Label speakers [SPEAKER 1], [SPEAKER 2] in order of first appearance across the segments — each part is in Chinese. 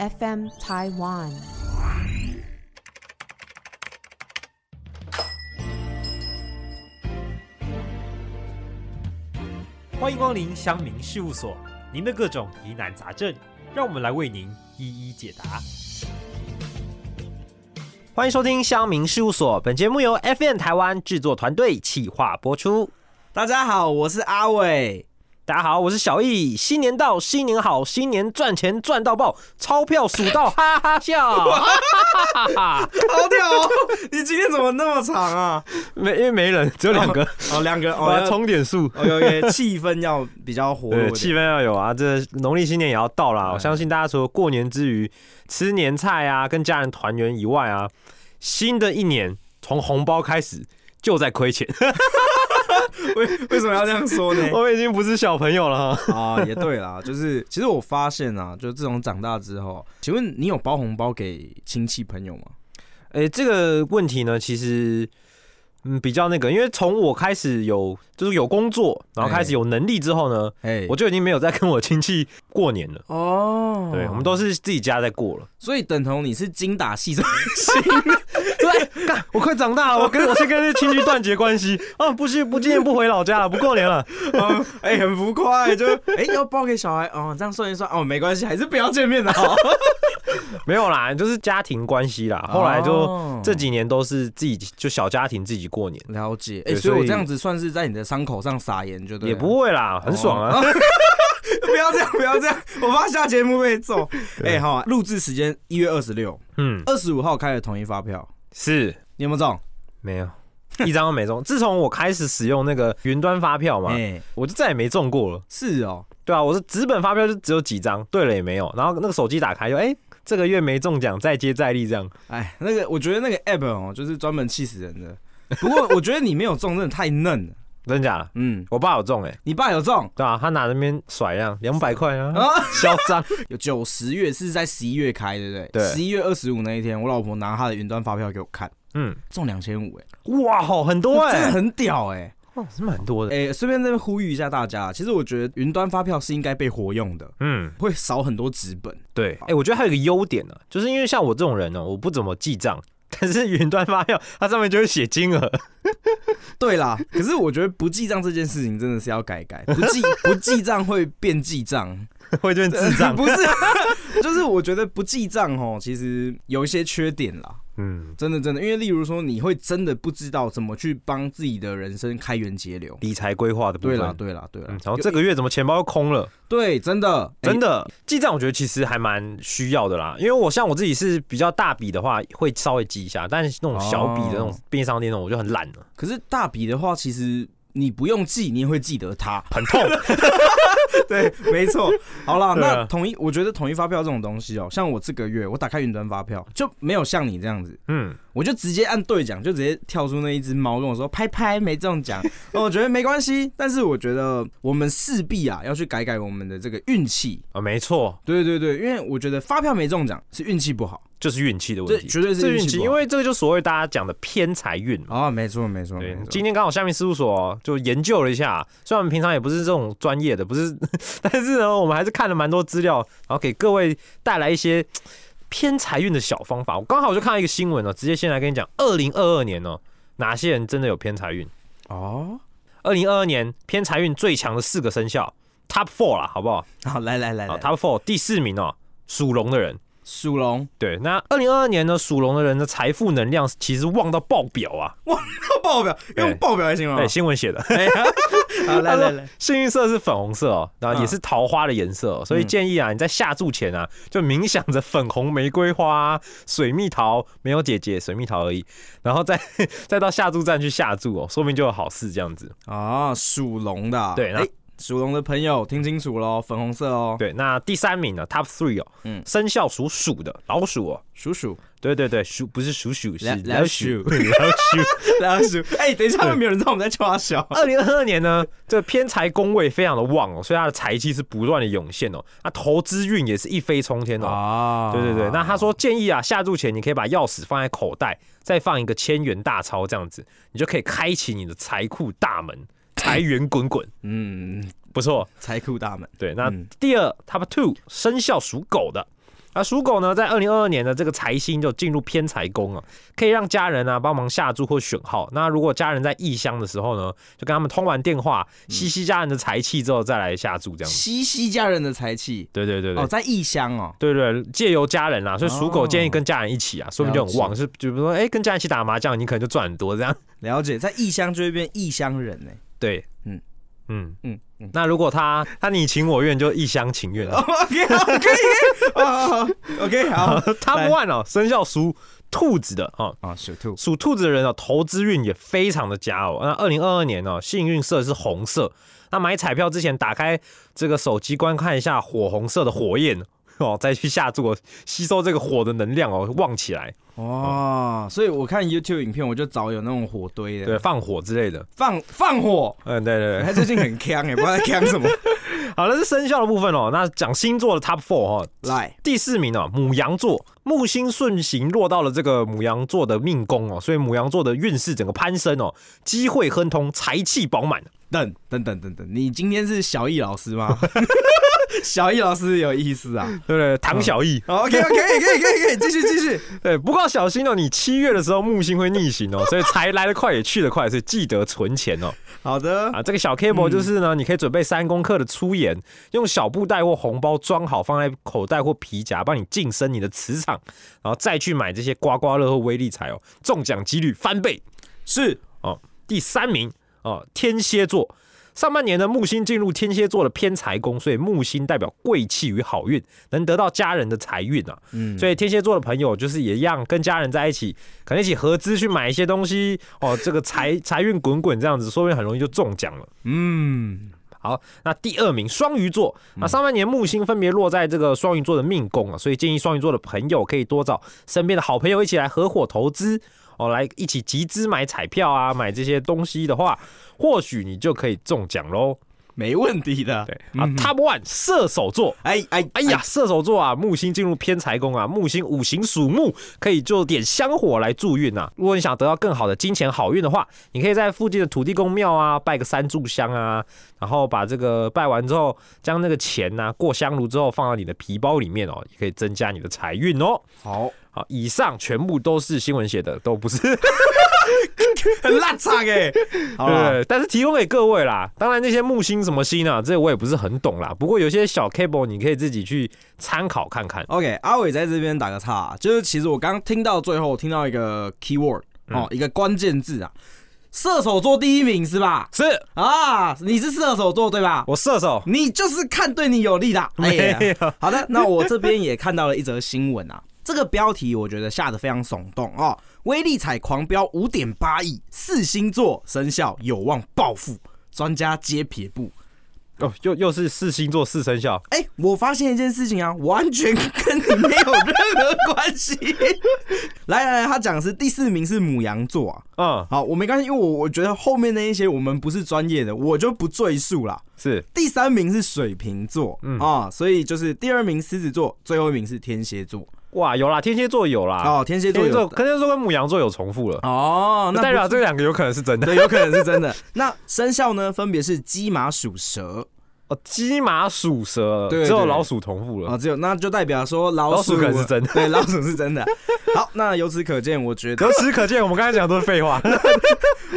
[SPEAKER 1] FM Taiwan。
[SPEAKER 2] 欢迎光临乡民事务所，您的各种疑难杂症，让我们来为您一一解答。欢迎收听乡民事务所，本节目由 FN 台湾制作团队企划播出。
[SPEAKER 3] 大家好，我是阿伟。
[SPEAKER 2] 大家好，我是小易，新年到，新年好，新年赚钱赚到爆，钞票数到哈哈笑， 哈哈哈哈！
[SPEAKER 3] 好屌哦！ 你今天怎么那么长啊？
[SPEAKER 2] 没因为没人，只有两个，
[SPEAKER 3] 哦，两个
[SPEAKER 2] 我
[SPEAKER 3] 哦，
[SPEAKER 2] 要
[SPEAKER 3] 要
[SPEAKER 2] 冲点数。
[SPEAKER 3] 哦，有有气氛要比较活络
[SPEAKER 2] 对，
[SPEAKER 3] 一
[SPEAKER 2] 气
[SPEAKER 3] 点。
[SPEAKER 2] 氛要有啊！这农历新年也要到啦，
[SPEAKER 3] 嗯
[SPEAKER 2] 我相信大家除了过年之余吃年菜啊，跟家人团圆以外啊，新的一年从红包开始就在亏 钱，
[SPEAKER 3] 为为什么要这样说呢？
[SPEAKER 2] 我们已经不是小朋友 了哈。
[SPEAKER 3] 啊，也对啦，就是其实我发现啊，就自从长大之后，请问你有包红包给亲戚朋友吗？
[SPEAKER 2] 哎、这个问题呢，其实嗯比较那个，因为从我开始有就是有工作，然后开始有能力之后呢，
[SPEAKER 3] 哎
[SPEAKER 2] 我就已经没有在跟我亲戚过年了。
[SPEAKER 3] 哦
[SPEAKER 2] 对，我们都是自己家在过了。
[SPEAKER 3] 所以等同你是精打细算，
[SPEAKER 2] 对，干，我快长大了，我跟我先跟这亲戚断绝关系。 啊，不去不今年不回老家了，不过年了。
[SPEAKER 3] 嗯哎，很浮夸，就哎要包给小孩哦，这样算一算哦，没关系，还是不要 见面的啊好。
[SPEAKER 2] 没有啦，就是家庭关系啦。后来就
[SPEAKER 3] 哦
[SPEAKER 2] 这几年都是自己就小家庭自己过年，
[SPEAKER 3] 了解，哎、
[SPEAKER 2] 对
[SPEAKER 3] 所以
[SPEAKER 2] 所
[SPEAKER 3] 我
[SPEAKER 2] 以
[SPEAKER 3] 这样子算是在你的伤口上撒盐，就对
[SPEAKER 2] 也
[SPEAKER 3] 了，
[SPEAKER 2] 不会啦，很爽啊。
[SPEAKER 3] 哦 不要这样，不要这样，我怕下节目被揍。哎、
[SPEAKER 2] 对
[SPEAKER 3] 好、啊，录制时间一月二十六、
[SPEAKER 2] 嗯，
[SPEAKER 3] 二十五号开始统一发票，
[SPEAKER 2] 是
[SPEAKER 3] 你有没有中？
[SPEAKER 2] 没有 一张都没中。自从我开始使用那个云端发票嘛
[SPEAKER 3] 哎、，
[SPEAKER 2] 我就再也没中过了。
[SPEAKER 3] 是哦，
[SPEAKER 2] 对啊，我是纸本发票就只有几张，对了也没有。然后那个手机打开就哎、这个月没中奖，再接再厉这样。
[SPEAKER 3] 哎，那个我觉得那个 app 哦，就是专门气死人的。不过我觉得你没有中，真的太嫩了。
[SPEAKER 2] 真假的？
[SPEAKER 3] 嗯，
[SPEAKER 2] 我爸有中哎、
[SPEAKER 3] 你爸有中
[SPEAKER 2] 对啊，他拿那边甩样两百块啊，
[SPEAKER 3] 啊？
[SPEAKER 2] 嚣张。
[SPEAKER 3] 有九十月是在十一月开，对不对？
[SPEAKER 2] 对
[SPEAKER 3] 十一月二十五那一天，我老婆拿她的云端发票给我看，
[SPEAKER 2] 嗯，
[SPEAKER 3] 中两千五，哎，
[SPEAKER 2] 哇，好很多哎、
[SPEAKER 3] 真的
[SPEAKER 2] 欸，
[SPEAKER 3] 很屌哎、
[SPEAKER 2] 哦是蛮多的。
[SPEAKER 3] 哎、顺便这边呼吁一下大家，其实我觉得云端发票是应该被活用的，
[SPEAKER 2] 嗯，
[SPEAKER 3] 会少很多纸本。
[SPEAKER 2] 对，哎、我觉得还有一个优点呢、就是因为像我这种人呢、我不怎么记账， 但是云端发票它上面就会写金额，
[SPEAKER 3] 对啦， 可是我觉得不记账这件事情真的是要改一改，不记 不记账会变记账，
[SPEAKER 2] 会变智 障。
[SPEAKER 3] 不是，就是我觉得不记账哦，其实有一些缺点啦。
[SPEAKER 2] 嗯，
[SPEAKER 3] 真的真的，因为例如说，你会真的不知道怎么去帮自己的人生开源节流。
[SPEAKER 2] 理财规划的部
[SPEAKER 3] 对
[SPEAKER 2] 分。
[SPEAKER 3] 啦，对啦，对啦。
[SPEAKER 2] 嗯，然后这个月怎么钱包又空了？
[SPEAKER 3] 对，真的，
[SPEAKER 2] 真
[SPEAKER 3] 的，
[SPEAKER 2] 的记账，我觉得其实还蛮需要的啦。因为我像我自己是比较大笔的话，会稍微记一下，但是那种小笔的那种
[SPEAKER 3] 哦
[SPEAKER 2] 便利商店那种，我就很懒了，
[SPEAKER 3] 可是大笔的话，其实你不用记，你也会记得它。
[SPEAKER 2] 很痛。
[SPEAKER 3] 对，没错。好啦，
[SPEAKER 2] 对啊
[SPEAKER 3] 那统一，我觉得统一发票这种东西哦、像我这个月我打开云端发票，就没有像你这样子，
[SPEAKER 2] 嗯，
[SPEAKER 3] 我就直接按兑奖，就直接跳出那一只猫跟我说拍拍没中奖。 哦我觉得没关系，但是我觉得我们势必啊要去改改我们的这个运气。
[SPEAKER 2] 啊，没错，
[SPEAKER 3] 对对对，因为我觉得发票没中奖是运气不好
[SPEAKER 2] 就是运气的
[SPEAKER 3] 这
[SPEAKER 2] 问题，
[SPEAKER 3] 绝对是
[SPEAKER 2] 这
[SPEAKER 3] 运
[SPEAKER 2] 运
[SPEAKER 3] 气
[SPEAKER 2] 气，
[SPEAKER 3] 不好
[SPEAKER 2] 因为这个就所谓大家讲的偏财运嘛。
[SPEAKER 3] 啊、没错没错没
[SPEAKER 2] 对，今
[SPEAKER 3] 错。
[SPEAKER 2] 天刚好下面事务所就研究了一下，虽然我们平常也不是这种专业的，不是， 但是呢，我们还是看了蛮多资料，然后给各位带来一些偏财运的小方法。我刚好就看到一个新闻哦，直接先来跟你讲，二零二二年哦，哪些人真的有偏财运？
[SPEAKER 3] 哦，
[SPEAKER 2] 二零二二年偏财运最强的四个生肖，Top Four 啦，好不好？
[SPEAKER 3] 好，来来来
[SPEAKER 2] 好
[SPEAKER 3] 来，
[SPEAKER 2] ，Top Four 第四名哦，属龙的人。
[SPEAKER 3] 属龙，
[SPEAKER 2] 对，那二零二二年呢，属龙的人的财富能量其实旺到爆表啊！
[SPEAKER 3] 报表用报表来形容啊
[SPEAKER 2] 对，。新闻写的。
[SPEAKER 3] 哎 呀好，来来来，
[SPEAKER 2] 幸运色是粉红色哦，然后
[SPEAKER 3] 嗯
[SPEAKER 2] 也是桃花的颜色、哦，所以建议啊，你在下注前啊，就冥想着粉红玫瑰花啊、水蜜桃，没有姐姐，水蜜桃而已，然后再 再到下注站去下注哦，说明就有好事这样子。
[SPEAKER 3] 啊，属龙的啊，
[SPEAKER 2] 对那
[SPEAKER 3] 哎，属龙的朋友听清楚喽，粉红色哦，
[SPEAKER 2] 对，那第三名呢，Top Three 哦，
[SPEAKER 3] 嗯
[SPEAKER 2] 生肖属鼠的老鼠哦，
[SPEAKER 3] 鼠鼠，
[SPEAKER 2] 对对对，鼠不是鼠鼠是
[SPEAKER 3] 老
[SPEAKER 2] 老鼠 老鼠。
[SPEAKER 3] 老鼠，哎，等一下，会没有人知道我们在抓小，
[SPEAKER 2] 二零二二年呢，这个偏财宫位非常的旺哦，所以他的财气是不断的涌现哦，那投资运也是一飞冲天哦。
[SPEAKER 3] 啊
[SPEAKER 2] 对对对，那他说建议啊，下注前你可以把钥匙放在口袋，再放一个千元大钞，这样子你就可以开启你的财库大 门，财源滚滚，
[SPEAKER 3] 嗯，
[SPEAKER 2] 不错。
[SPEAKER 3] 财库大门，
[SPEAKER 2] 对，那
[SPEAKER 3] 嗯
[SPEAKER 2] 第二 top two 生肖属狗的，而属狗呢，在二零二二年的这个财星就进入偏财宫啊，可以让家人啊帮忙下注或选号。那如果家人在异乡的时候呢，就跟他们通完电话，吸吸家人的财气之后再来下注，这样子。
[SPEAKER 3] 吸吸家人的财气
[SPEAKER 2] 对对对对
[SPEAKER 3] 哦，。在异乡哦，
[SPEAKER 2] 对对，借由家人啊啦、所以属狗
[SPEAKER 3] 哦
[SPEAKER 2] 建议跟家人一起啊，说明就很旺。
[SPEAKER 3] 了嗯
[SPEAKER 2] 是，就比如说，哎、跟家人一起打麻将，你可能就赚很多这样。
[SPEAKER 3] 了解，在异乡就会变异乡人 呢。
[SPEAKER 2] 对，嗯
[SPEAKER 3] 嗯
[SPEAKER 2] 嗯。
[SPEAKER 3] 嗯嗯
[SPEAKER 2] 那如果他他你情我愿，就一厢情愿。啊
[SPEAKER 3] ，OK OK 哦 OK 好啊
[SPEAKER 2] Top
[SPEAKER 3] 来
[SPEAKER 2] One 哦，生肖属兔子的哦，，
[SPEAKER 3] 哦小兔
[SPEAKER 2] 属兔子的人哦，投资运也非常的佳哦。那二零二二年哦，幸运色是红色。那买彩票之前，打开这个手机观看一下火红色的火焰哦，再去下注，吸收这个火的能量哦，旺起来。
[SPEAKER 3] 哦，所以我看 YouTube 影片，我就找有那种火堆的，
[SPEAKER 2] 对，放火之类的。
[SPEAKER 3] 放放火。
[SPEAKER 2] 嗯，对对对。
[SPEAKER 3] 他最近很呛哎，不知道在呛什么。
[SPEAKER 2] 好，那是生肖的部分哦。那讲星座的 Top Four 哦，
[SPEAKER 3] 来，
[SPEAKER 2] 第四名哦，母羊座，木星顺行落到了这个母羊座的命宫哦，所以母羊座的运势整个攀升哦，机会亨通，财气饱满。
[SPEAKER 3] 等等等等等，你今天是小易老师吗？ 小易老师有意思啊。
[SPEAKER 2] 对不对？唐小易，
[SPEAKER 3] OK OK，可以可以可以可以，继续继续。
[SPEAKER 2] 对，不过要小心哦，你七月的时候木星会逆行哦，所以财来得快也去得快，所以记得存钱哦。
[SPEAKER 3] 好的，
[SPEAKER 2] 啊，这个小 cable 就是呢，你可以准备三公克的粗盐，用小布袋或红包装好，放在口袋或皮夹，帮你晋升你的磁场，然后再去买这些刮刮乐或威力彩哦，中奖几率翻倍。
[SPEAKER 3] 是
[SPEAKER 2] 第三名哦，天蝎座。上半年的木星进入天蝎座的偏财宫，所以木星代表贵气与好运，能得到家人的财运啊。
[SPEAKER 3] 嗯
[SPEAKER 2] 所以天蝎座的朋友就是也一样，跟家人在一起，可能一起合资去买一些东西哦，这个财财运滚滚这样子，说不定很容易就中奖了。
[SPEAKER 3] 嗯，
[SPEAKER 2] 好，那第二名双鱼座，那上半年木星分别落在这个双鱼座的命宫啊，所以建议双鱼座的朋友可以多找身边的好朋友一起来合伙投资哦，来一起集资买彩票啊，买这些东西的话，或许你就可以中奖喽。
[SPEAKER 3] 没问题的。
[SPEAKER 2] 对啊、t o p One 射手座。
[SPEAKER 3] 哎哎
[SPEAKER 2] 哎呀，射手座啊，木星进入偏财宫啊，木星五行属木，可以就点香火来助运啊。如果你想得到更好的金钱好运的话，你可以在附近的土地公庙啊拜个三炷香啊，然后把这个拜完之后，将那个钱呐、过香炉之后放到你的皮包里面哦，也可以增加你的财运哦。
[SPEAKER 3] 好，
[SPEAKER 2] 好，以上全部都是新闻写的，都不是
[SPEAKER 3] 很拉差哎。 好啦，
[SPEAKER 2] 对，但是提供给各位啦。当然那些木星什么星啊，这我也不是很懂啦。不过有些小 cable 你可以自己去参考看看。
[SPEAKER 3] OK，阿伟在这边打个岔啊、就是其实我刚刚听到最后听到一个 keyword 哦，一个关键字啊，射手座第一名是吧？
[SPEAKER 2] 是
[SPEAKER 3] 啊，你是射手座对吧？
[SPEAKER 2] 我射手。
[SPEAKER 3] 你就是看对你有利的。哎呀
[SPEAKER 2] 没有
[SPEAKER 3] 好的，那我这边也看到了一则新闻啊，这个标题我觉得下的非常耸动哦，威力彩狂飙五点八亿，四星座生肖有望暴富，专家皆撇步。
[SPEAKER 2] 哦，又又是四星座四生肖，
[SPEAKER 3] 哎、我发现一件事情啊，完全跟你没有任何关系。 来来来，他讲的是第四名是母羊座啊。
[SPEAKER 2] 嗯，
[SPEAKER 3] 好，我没关系，因为我我觉得后面那一些我们不是专业的，我就不赘述啦。
[SPEAKER 2] 是
[SPEAKER 3] 第三名是水瓶座，
[SPEAKER 2] 嗯
[SPEAKER 3] 啊，所以就是第二名狮子座，最后一名是天蝎座。
[SPEAKER 2] 哇，有啦，天蝎座有啦，
[SPEAKER 3] 哦，天蝎
[SPEAKER 2] 天
[SPEAKER 3] 座
[SPEAKER 2] 蝎座
[SPEAKER 3] 有
[SPEAKER 2] 天蝎座跟母羊座有重复了，
[SPEAKER 3] 哦，那
[SPEAKER 2] 代
[SPEAKER 3] 不
[SPEAKER 2] 表这两个有可能是真的。
[SPEAKER 3] 对，有可能是真的。那生肖呢，分别是鸡、马、鼠、蛇
[SPEAKER 2] 哦，鸡马属蛇，
[SPEAKER 3] 对
[SPEAKER 2] 只有
[SPEAKER 3] 对
[SPEAKER 2] 老鼠重复
[SPEAKER 3] 啊、
[SPEAKER 2] 了，
[SPEAKER 3] 哦，只有那就代表说老
[SPEAKER 2] 老
[SPEAKER 3] 鼠
[SPEAKER 2] 鼠可能是真的。
[SPEAKER 3] 对，老鼠是 真的。好，那由此可见，我觉得
[SPEAKER 2] 由此可见，我们刚才讲的都是废话。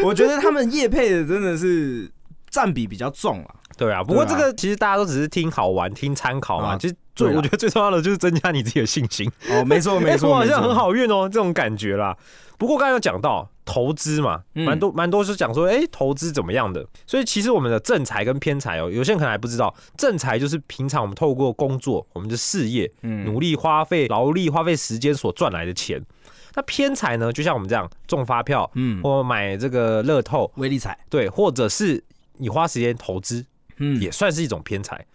[SPEAKER 3] 我觉得他们夜配的真的是占比比较重啊。
[SPEAKER 2] 对啊，不过
[SPEAKER 3] 对
[SPEAKER 2] 这
[SPEAKER 3] 啊
[SPEAKER 2] 个其实大家都只是听好玩、听参考嘛。
[SPEAKER 3] 啊
[SPEAKER 2] 其实最
[SPEAKER 3] 对啊
[SPEAKER 2] 我觉得最重要的就是增加你自己的信心。
[SPEAKER 3] 哦，没错
[SPEAKER 2] 哎
[SPEAKER 3] 没错，
[SPEAKER 2] 我好像
[SPEAKER 3] 没错
[SPEAKER 2] 很。好运哦，这种感觉啦。不过刚才有讲到投资嘛，
[SPEAKER 3] 嗯
[SPEAKER 2] 蛮多蛮多是讲说，哎、投资怎么样的？所以其实我们的正财跟偏财哦，有些人可能还不知道，正财就是平常我们透过工作、我们的事业、
[SPEAKER 3] 嗯，
[SPEAKER 2] 努力花费、劳力花费时间所赚来的钱。那偏财呢，就像我们这样中发票，
[SPEAKER 3] 嗯
[SPEAKER 2] 或买这个乐透，
[SPEAKER 3] 威力彩，
[SPEAKER 2] 对，或者是你花时间投资，
[SPEAKER 3] 嗯，
[SPEAKER 2] 也算是一种偏财。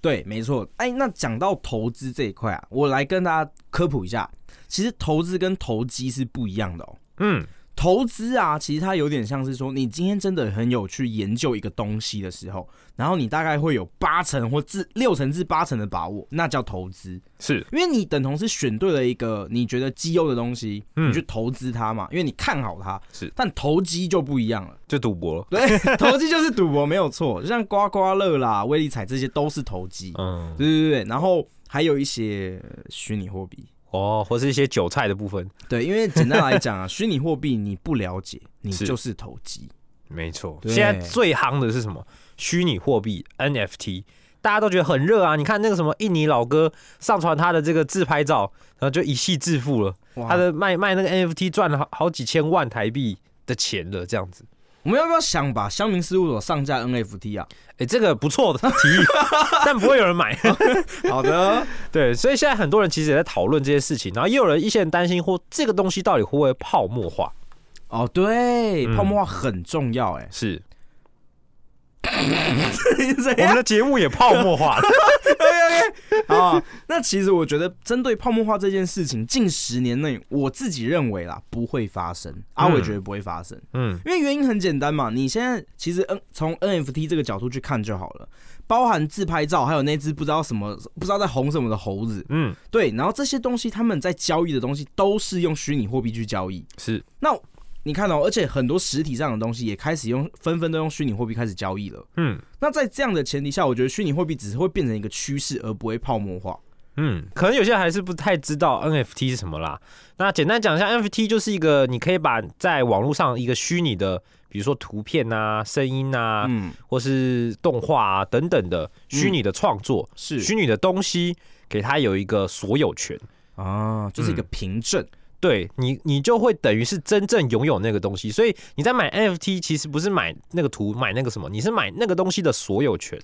[SPEAKER 3] 对，没错。哎，那讲到投资这一块啊，我来跟大家科普一下，其实投资跟投机是不一样的哦。
[SPEAKER 2] 嗯，
[SPEAKER 3] 投资啊，其实它有点像是说，你今天真的很有去研究一个东西的时候，然后你大概会有八成或至六成至八成的把握，那叫投资。
[SPEAKER 2] 是，
[SPEAKER 3] 因为你等同是选对了一个你觉得绩优的东西，
[SPEAKER 2] 嗯
[SPEAKER 3] 你去投资它嘛，因为你看好它。
[SPEAKER 2] 是
[SPEAKER 3] 但投机就不一样了。
[SPEAKER 2] 就赌博了。
[SPEAKER 3] 对，投机就是赌博，没有错。就像刮刮乐啦、威力彩这些都是投机。
[SPEAKER 2] 嗯，
[SPEAKER 3] 对对对，然后还有一些虚拟货币。
[SPEAKER 2] 哦，或是一些韭菜的部分，
[SPEAKER 3] 对，因为简单来讲啊， 虚拟货币你不了解，你
[SPEAKER 2] 是
[SPEAKER 3] 就是投机。
[SPEAKER 2] 没错。
[SPEAKER 3] 对
[SPEAKER 2] 现在最夯的是什么？虚拟货币 NFT，大家都觉得很热啊。你看那个什么印尼老哥上传他的这个自拍照，然后就一夕致富了，
[SPEAKER 3] 哇
[SPEAKER 2] 他的卖卖那个 NFT 赚了好好几千万台币的钱了，这样子。
[SPEAKER 3] 我们要不要想把乡民事务所上架 NFT 啊？
[SPEAKER 2] 哎、这个不错的提 议，但不会有人 买。
[SPEAKER 3] 好的，
[SPEAKER 2] 对，所以现在很多人其实也在讨论这些事情，然后也有人一些人担心，或这个东西到底会不会泡沫化？
[SPEAKER 3] 哦，对，
[SPEAKER 2] 嗯
[SPEAKER 3] 泡沫化很重要哎、
[SPEAKER 2] 是
[SPEAKER 3] 这
[SPEAKER 2] 我们的节目也泡沫化了。
[SPEAKER 3] 啊、那其实我觉得，针对泡沫化这件事情，近十年内我自己认为啦，不会发生。阿伟
[SPEAKER 2] 嗯
[SPEAKER 3] 觉得不会发生，
[SPEAKER 2] 嗯，
[SPEAKER 3] 因为原因很简单嘛。你现在其实 N 从 NFT 这个角度去看就好了，包含自拍照，还有那只不知道什么、不知道在红什么的猴子，
[SPEAKER 2] 嗯，
[SPEAKER 3] 对。然后这些东西他们在交易的东西都是用虚拟货币去交易。
[SPEAKER 2] 是，
[SPEAKER 3] 那你看哦，而且很多实体上的东西也开始用，纷纷都用虚拟货币开始交易了。
[SPEAKER 2] 嗯
[SPEAKER 3] 那在这样的前提下，我觉得虚拟货币只是会变成一个趋势，而不会泡沫化。
[SPEAKER 2] 嗯，可能有些人还是不太知道 NFT 是什么啦。那简单讲一下，NFT 就是一个你可以把在网络上一个虚拟的，比如说图片啊、声音啊，
[SPEAKER 3] 嗯，
[SPEAKER 2] 或是动画啊等等的虚拟的创作、
[SPEAKER 3] 是
[SPEAKER 2] 虚拟的东西，给它有一个所有权。
[SPEAKER 3] 啊，就是一个凭证。
[SPEAKER 2] 对你，你就会等于是真正拥有那个东西。所以你在买 NFT，其实不是买那个图，买那个什么，你是买那个东西的所有权。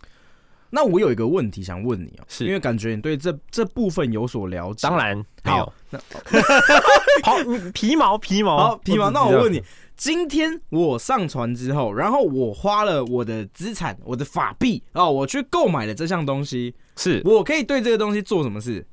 [SPEAKER 3] 那我有一个问题想问你哦、
[SPEAKER 2] 是
[SPEAKER 3] 因为感觉你对这这部分有所了解。
[SPEAKER 2] 当，然没有
[SPEAKER 3] 好，那
[SPEAKER 2] 好你皮毛皮毛
[SPEAKER 3] 好，皮毛，
[SPEAKER 2] 只
[SPEAKER 3] 那
[SPEAKER 2] 知
[SPEAKER 3] 我
[SPEAKER 2] 道
[SPEAKER 3] 问你，今天我上传之后，然后我花了我的资产，我的法币哦，我去购买了这项东西，
[SPEAKER 2] 是
[SPEAKER 3] 我可以对这个东西做什么事？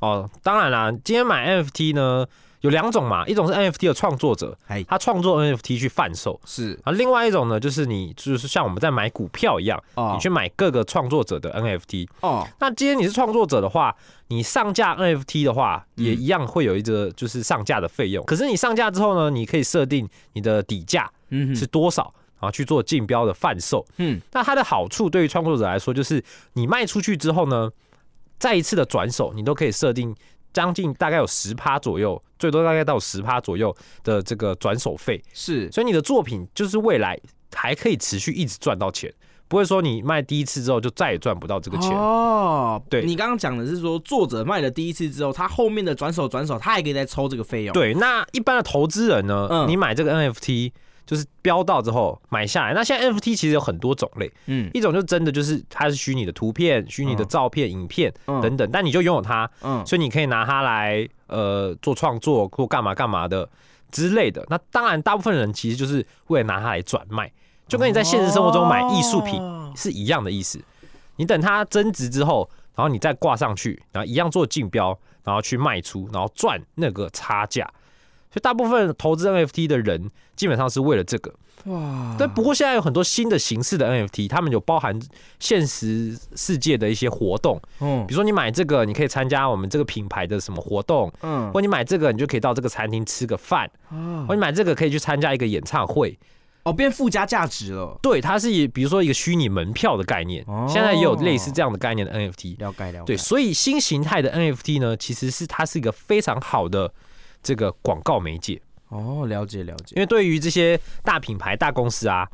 [SPEAKER 2] 哦，当然啦，今天买 NFT 呢有两种嘛，一种是 NFT 的创作者
[SPEAKER 3] 哎，
[SPEAKER 2] 他创作 NFT 去贩售。
[SPEAKER 3] 是
[SPEAKER 2] 啊，另外一种呢，就是你就是像我们在买股票一样，
[SPEAKER 3] 哦
[SPEAKER 2] 你去买各个创作者的 NFT。
[SPEAKER 3] 哦，
[SPEAKER 2] 那今天你是创作者的话，你上架 NFT 的话，
[SPEAKER 3] 嗯
[SPEAKER 2] 也一样会有一个就是上架的费用。可是你上架之后呢，你可以设定你的底价
[SPEAKER 3] 嗯
[SPEAKER 2] 是
[SPEAKER 3] 哼，
[SPEAKER 2] 多少，然后去做竞标的贩售。
[SPEAKER 3] 嗯，
[SPEAKER 2] 那它的好处对于创作者来说，就是你卖出去之后呢，再一次的转手，你都可以设定将近大概有十趴左右，最多大概到十趴左右的这个转手费。
[SPEAKER 3] 是
[SPEAKER 2] 所以你的作品就是未来还可以持续一直赚到钱，不会说你卖第一次之后就再也赚不到这个钱。
[SPEAKER 3] 哦，
[SPEAKER 2] 对
[SPEAKER 3] 你刚刚讲的是说，作者卖了第一次之后，他后面的转手转手，他还可以再抽这个费用。，
[SPEAKER 2] 对，那一般的投资人呢，
[SPEAKER 3] 嗯
[SPEAKER 2] 你买这个 NFT 就是标到之后买下来。那现在 NFT 其实有很多种类，
[SPEAKER 3] 嗯
[SPEAKER 2] 一种就真的就是它是虚拟的图片、虚拟的
[SPEAKER 3] 嗯
[SPEAKER 2] 照片、影片等
[SPEAKER 3] 嗯
[SPEAKER 2] 等，但你就拥有它，
[SPEAKER 3] 嗯，
[SPEAKER 2] 所以你可以拿它来呃做创作或干嘛干嘛的之类的。那当然，大部分人其实就是为了拿它来转卖，就跟你在现实生活中买艺术品
[SPEAKER 3] 哦
[SPEAKER 2] 是一样的意思。你等它增值之后，然后你再挂上去，然后一样做竞标，然后去卖出，然后赚那个差价。所以大部分投资 NFT 的人基本上是为了这个。
[SPEAKER 3] 哇，
[SPEAKER 2] 但不过现在有很多新的形式的 NFT，他们有包含现实世界的一些活动，
[SPEAKER 3] 嗯
[SPEAKER 2] 比如说你买这个，你可以参加我们这个品牌的什么活动，
[SPEAKER 3] 嗯
[SPEAKER 2] 或你买这个，你就可以到这个餐厅吃个饭，
[SPEAKER 3] 啊
[SPEAKER 2] 或你买这个可以去参加一个演唱会。
[SPEAKER 3] 哦，变附加价值了，
[SPEAKER 2] 对，它是以比如说一个虚拟门票的概念
[SPEAKER 3] 哦，
[SPEAKER 2] 现在也有类似这样的概念的 NFT。
[SPEAKER 3] 了解了解。
[SPEAKER 2] 对，所以新形态的 NFT 呢，其实是它是一个非常好的这个广告媒介，
[SPEAKER 3] 哦，了解了解。
[SPEAKER 2] 因为对于这些大品牌、大公司啊，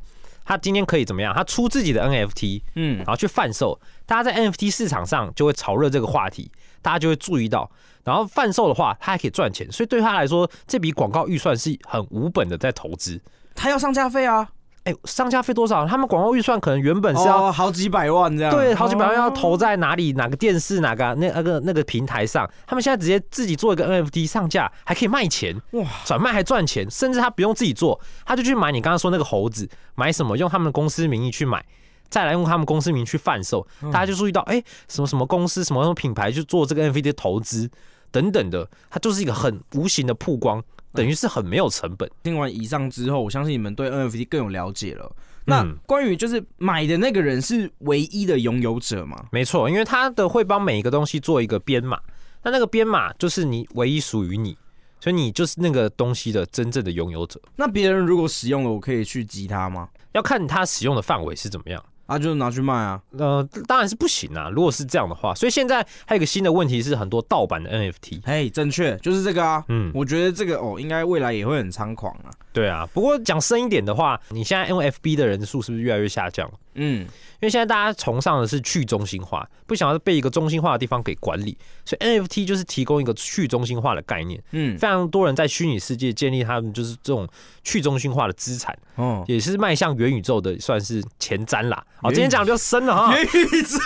[SPEAKER 2] 它今天可以怎么样？它出自己的 NFT，
[SPEAKER 3] 嗯
[SPEAKER 2] 然，后去贩售，大家在 NFT 市场上就会炒热这个话题，大家就会注意到，然后贩售的话，它还可以赚钱，所以对他来说，这笔广告预算是很无本的在投资。
[SPEAKER 3] 他要上架费啊，
[SPEAKER 2] 哎，上架费多少？他们广告预算可能原本是要、
[SPEAKER 3] 哦好几百万这样。哦
[SPEAKER 2] 对好几百万要投在哪里、哪个电视、哪个啊那那个那个平台上，他们现在直接自己做一个 NFT 上架，还可以卖钱，
[SPEAKER 3] 哇，
[SPEAKER 2] 转卖还赚钱，甚至他不用自己做，他就去买你刚刚说那个猴子，买什么用他们公司名义去买，再来用他们公司名义去贩售，大家就注意到，哎、什么什么公司什么什么品牌去做这个 NFT 的投资等等的，它就是一个很无形的曝光，等于是很没有成本。
[SPEAKER 3] 听完以上之后，我相信你们对 NFT 更有了解了。那
[SPEAKER 2] 嗯
[SPEAKER 3] 关于就是买的那个人是唯一的拥有者吗？
[SPEAKER 2] 没错，因为它的会帮每一个东西做一个编码，那那个编码就是你唯一属于你，所以你就是那个东西的真正的拥有者。
[SPEAKER 3] 那别人如果使用了，我可以去集他吗？
[SPEAKER 2] 要看它使用的范围是怎么样。
[SPEAKER 3] 啊，就拿去卖啊。
[SPEAKER 2] 呃，当然是不行啊。如果是这样的话，所以现在还有一个新的问题是，很多盗版的 NFT。
[SPEAKER 3] 嘿，正确，就是这个啊。
[SPEAKER 2] 嗯，
[SPEAKER 3] 我觉得这个哦，应该未来也会很猖狂啊。
[SPEAKER 2] 对啊。不过讲深一点的话，你现在用 FB 的人数是不是越来越下降？
[SPEAKER 3] 嗯，
[SPEAKER 2] 因为现在大家崇尚的是去中心化，不想要被一个中心化的地方给管理，所以 NFT 就是提供一个去中心化的概念。
[SPEAKER 3] 嗯，
[SPEAKER 2] 非常多人在虚拟世界建立他们就是这种去中心化的资产，
[SPEAKER 3] 哦，
[SPEAKER 2] 也是迈向元宇宙的算是前瞻啦。哦，
[SPEAKER 3] 元宇
[SPEAKER 2] 今天讲的比较深了哈，
[SPEAKER 3] 元宇宙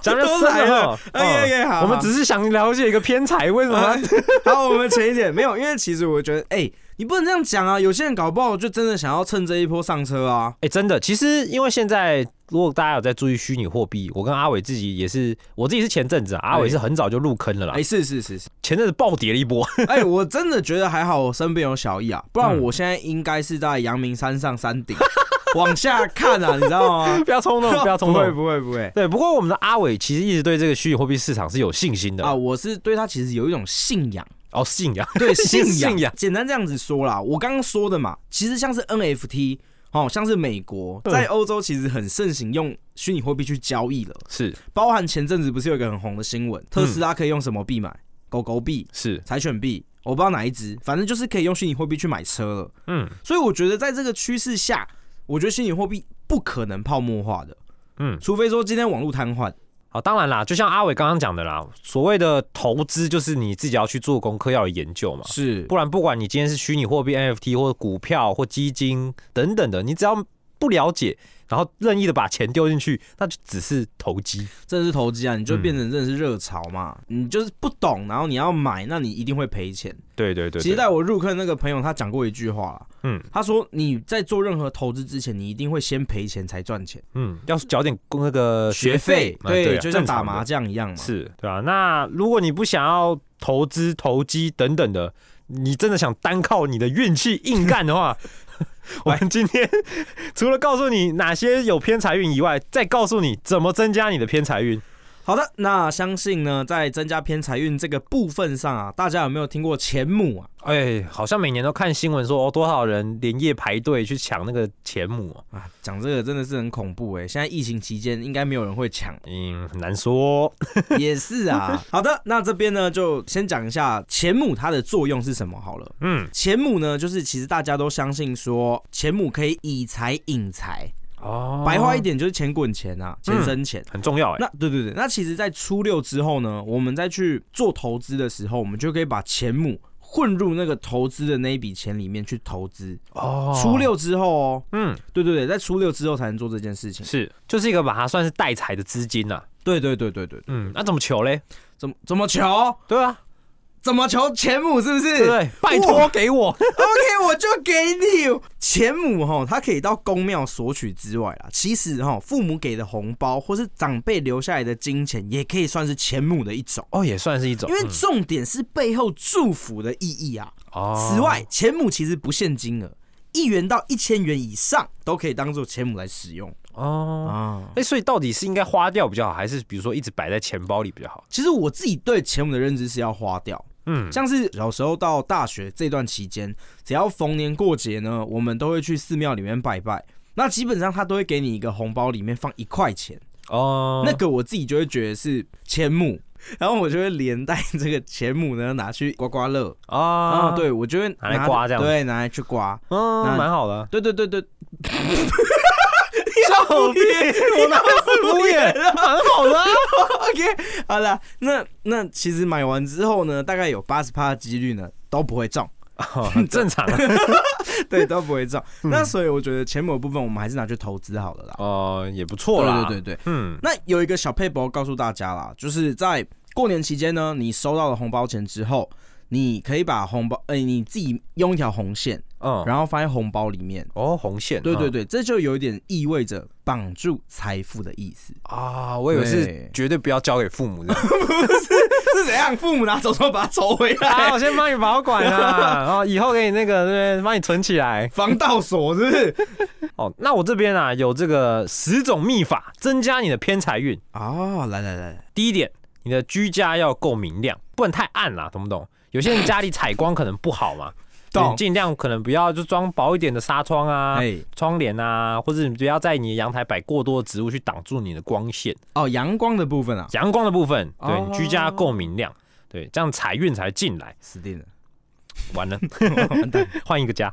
[SPEAKER 2] 讲的比较
[SPEAKER 3] 都来
[SPEAKER 2] 深了
[SPEAKER 3] 了
[SPEAKER 2] 哈。。
[SPEAKER 3] 哎
[SPEAKER 2] 嗯
[SPEAKER 3] 呀呀，好
[SPEAKER 2] 我们只是想了解一个偏财，为什么
[SPEAKER 3] 啊？ 好，我们前一点没有，因为其实我觉得，哎、你不能这样讲啊！有些人搞不好就真的想要趁这一波上车啊。
[SPEAKER 2] 哎、真的，其实因为现在如果大家有在注意虚拟货币，我跟阿伟自己也是，我自己是前阵子、啊，阿伟是很早就入坑了啦，
[SPEAKER 3] 哎、是是是 是，
[SPEAKER 2] 前阵子暴跌了一波，
[SPEAKER 3] 哎、我真的觉得还好，我身边有小易啊，不然
[SPEAKER 2] 嗯
[SPEAKER 3] 我现在应该是在阳明山上山顶 往下看啊，你知道吗？
[SPEAKER 2] 不要冲动， 不要冲
[SPEAKER 3] 不会
[SPEAKER 2] 动。
[SPEAKER 3] 不会不会
[SPEAKER 2] 对，不过我们的阿伟其实一直对这个虚拟货币市场是有信心的
[SPEAKER 3] 啊！我是对他其实有一种信仰，
[SPEAKER 2] 哦，信仰，
[SPEAKER 3] 对信仰，
[SPEAKER 2] 信仰
[SPEAKER 3] 简单这样子说啦，我刚刚说的嘛，其实像是 NFT。哦，像是美国
[SPEAKER 2] 嗯
[SPEAKER 3] 在欧洲其实很盛行用虚拟货币去交易了，
[SPEAKER 2] 是
[SPEAKER 3] 包含前阵子不是有一个很红的新
[SPEAKER 2] 嗯
[SPEAKER 3] 闻，特斯拉可以用什么币买？狗狗币、
[SPEAKER 2] 是，
[SPEAKER 3] 柴犬币，我不知道哪一只，反正就是可以用虚拟货币去买车了。
[SPEAKER 2] 嗯
[SPEAKER 3] 所以我觉得在这个趋势下，我觉得虚拟货币不可能泡沫化的，
[SPEAKER 2] 嗯。
[SPEAKER 3] 除非说今天网络瘫痪。
[SPEAKER 2] 好，当然啦，就像阿伟刚刚讲的啦，所谓的投资就是你自己要去做功课，要有研究嘛。
[SPEAKER 3] 是
[SPEAKER 2] 不然，不管你今天是虚拟货币 NFT 或者股票或基金等等的，你只要不了解，然后任意的把钱丢进去，那就只是投机。
[SPEAKER 3] 真的是投机啊，你
[SPEAKER 2] 嗯
[SPEAKER 3] 就变成真的是热潮嘛，你就是不懂，然后你要买，那你一定会赔钱。
[SPEAKER 2] 对对对
[SPEAKER 3] 其实带我入坑那个朋友，他讲过一句话啦，
[SPEAKER 2] 嗯
[SPEAKER 3] 他说你在做任何投资之前，你一定会先赔钱才赚钱。
[SPEAKER 2] 嗯，要缴点那个嘛
[SPEAKER 3] 对，
[SPEAKER 2] 啊
[SPEAKER 3] 就像
[SPEAKER 2] 正
[SPEAKER 3] 打
[SPEAKER 2] 常的
[SPEAKER 3] 麻将一样嘛。
[SPEAKER 2] 是对啊。那如果你不想要投资、投机等等的，你真的想单靠你的运气硬干的话， 我们今天除了告诉你哪些有偏财运以外，再告诉你怎么增加你的偏财运。
[SPEAKER 3] 好的，那相信呢，在增加偏财运这个部分上啊，大家有没有听过钱母啊？
[SPEAKER 2] 哎，好像每年都看新闻说哦，多少人连夜排队去抢那个钱母哦，，
[SPEAKER 3] 啊，讲这个真的是很恐怖哎、现在疫情期间，应该没有人会抢
[SPEAKER 2] 嗯，很难说。
[SPEAKER 3] 也是啊。好的，那这边呢，就先讲一下钱母它的作用是什么好了。
[SPEAKER 2] 嗯，
[SPEAKER 3] 钱母呢，就是其实大家都相信说，钱母可以以财引财，
[SPEAKER 2] 哦
[SPEAKER 3] 白话一点就是钱滚钱啊，钱生钱。
[SPEAKER 2] 很重要哎。
[SPEAKER 3] 那对对对，那其实，在初六之后呢，我们再去做投资的时候，我们就可以把钱母混入那个投资的那一笔钱里面去投资。
[SPEAKER 2] 哦
[SPEAKER 3] 初，六之后哦，
[SPEAKER 2] 嗯，
[SPEAKER 3] 对对对，在初六之后才能做这件事情。
[SPEAKER 2] 是，就是一个把它算是代财的资金呐、啊。
[SPEAKER 3] 对对对对对，
[SPEAKER 2] 嗯，那怎么求嘞？
[SPEAKER 3] 怎么怎么求？
[SPEAKER 2] 对啊，
[SPEAKER 3] 怎么求钱母是不
[SPEAKER 2] 对
[SPEAKER 3] 是
[SPEAKER 2] 不对？拜托给我。
[SPEAKER 3] ？OK，我就给你钱母哈，它可以到公庙索取之外啦。其实哈，父母给的红包或是长辈留下来的金钱，也可以算是钱母的一种。
[SPEAKER 2] 哦，也算是一种。
[SPEAKER 3] 因为重点是背后祝福的意义啊。
[SPEAKER 2] 哦
[SPEAKER 3] 此，外，钱母其实不限金额，一元到一千元以上都可以当做钱母来使用
[SPEAKER 2] 哦，
[SPEAKER 3] 啊
[SPEAKER 2] 哎、。所以到底是应该花掉比较好，还是比如说一直摆在钱包里比较好？
[SPEAKER 3] 其实我自己对钱母的认知是要花掉，
[SPEAKER 2] 嗯，
[SPEAKER 3] 像是小时候到大学这段期间，只要逢年过节呢，我们都会去寺庙里面拜拜。那基本上他都会给你一个红包，里面放一块钱，
[SPEAKER 2] 哦，
[SPEAKER 3] 那个我自己就会觉得是钱母，然后我就会连带这个钱母呢拿去刮刮乐
[SPEAKER 2] 啊
[SPEAKER 3] 啊，，对我就会
[SPEAKER 2] 拿来刮这样子
[SPEAKER 3] 对，拿来去刮，
[SPEAKER 2] 嗯，
[SPEAKER 3] 那
[SPEAKER 2] 蛮好的啊。
[SPEAKER 3] 对对对对，
[SPEAKER 2] 笑屁， 我哪会敷衍？蛮好的啊。
[SPEAKER 3] OK，好了，那那其实买完之后呢，大概有八十趴的几率呢都不会中，
[SPEAKER 2] 哦很正常啊。
[SPEAKER 3] 对，都不会中。
[SPEAKER 2] 嗯
[SPEAKER 3] 那所以我觉得钱某部分我们还是拿去投资好了啦。
[SPEAKER 2] 哦，也不错啦。
[SPEAKER 3] 对对对对，
[SPEAKER 2] 嗯，
[SPEAKER 3] 那有一个小配博告诉大家啦，就是在过年期间呢，你收到了红包钱之后，你可以把红包，哎、你自己用一条红线，
[SPEAKER 2] 嗯，
[SPEAKER 3] 然后放在红包里面。
[SPEAKER 2] 哦，红线。
[SPEAKER 3] 对
[SPEAKER 2] 嗯
[SPEAKER 3] 对对，这就有一点意味着绑住财富的意思，
[SPEAKER 2] 啊，我以为是
[SPEAKER 3] 对
[SPEAKER 2] 绝对不要交给父母的。
[SPEAKER 3] 是怎样？父母拿走之后把它抽回
[SPEAKER 2] 啊，
[SPEAKER 3] 来，
[SPEAKER 2] 我先帮你保管啊，然后以后给你那个，对不对？帮你存起来。
[SPEAKER 3] 防盗锁是不是？
[SPEAKER 2] 哦，那我这边啊有这个十种秘法，增加你的偏财运。
[SPEAKER 3] 哦，来来来，
[SPEAKER 2] 第一点，你的居家要够明亮，不能太暗啦，懂不懂？有些人家里采光可能不好嘛，
[SPEAKER 3] 懂
[SPEAKER 2] 你尽量可能不要就装薄一点的纱窗啊、
[SPEAKER 3] 哎，
[SPEAKER 2] 窗帘啊，或者你不要在你的阳台摆过多的植物去挡住你的光线。
[SPEAKER 3] 哦，阳光的部分啊，
[SPEAKER 2] 阳光的部分，对
[SPEAKER 3] 哦
[SPEAKER 2] 你居家够明亮，对，这样财运才进来。
[SPEAKER 3] 死定了，
[SPEAKER 2] 完了，
[SPEAKER 3] 完蛋，
[SPEAKER 2] 换一个家。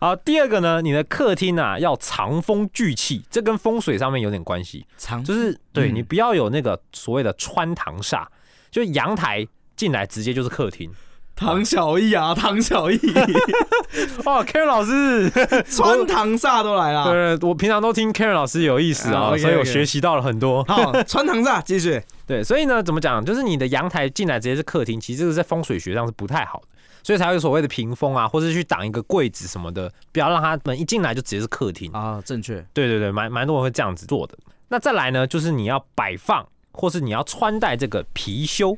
[SPEAKER 2] 好，第二个呢，你的客厅啊要藏风聚气，这跟风水上面有点关系，
[SPEAKER 3] 长
[SPEAKER 2] 就是对
[SPEAKER 3] 嗯
[SPEAKER 2] 你不要有那个所谓的穿堂煞，就阳台进来直接就是客厅。
[SPEAKER 3] 唐小艺啊，唐小艺，
[SPEAKER 2] 哦，Karen 老师，
[SPEAKER 3] 穿堂煞都来了。
[SPEAKER 2] 啊对，我平常都听 Karen 老师有意思
[SPEAKER 3] 啊
[SPEAKER 2] 啊，
[SPEAKER 3] ，OK，
[SPEAKER 2] 所以我
[SPEAKER 3] OK
[SPEAKER 2] 学习到了很多。
[SPEAKER 3] 好，穿堂煞继续。
[SPEAKER 2] 对，所以呢，怎么讲？就是你的阳台进来直接是客厅，其实这个在风水学上是不太好的，所以才会有所谓的屏风啊，或者去挡一个柜子什么的，不要让他们一进来就直接是客厅。
[SPEAKER 3] 啊，正确。
[SPEAKER 2] 对对对，蛮蛮多人会这样子做的。那再来呢，就是你要摆放或是你要穿戴这个貔貅。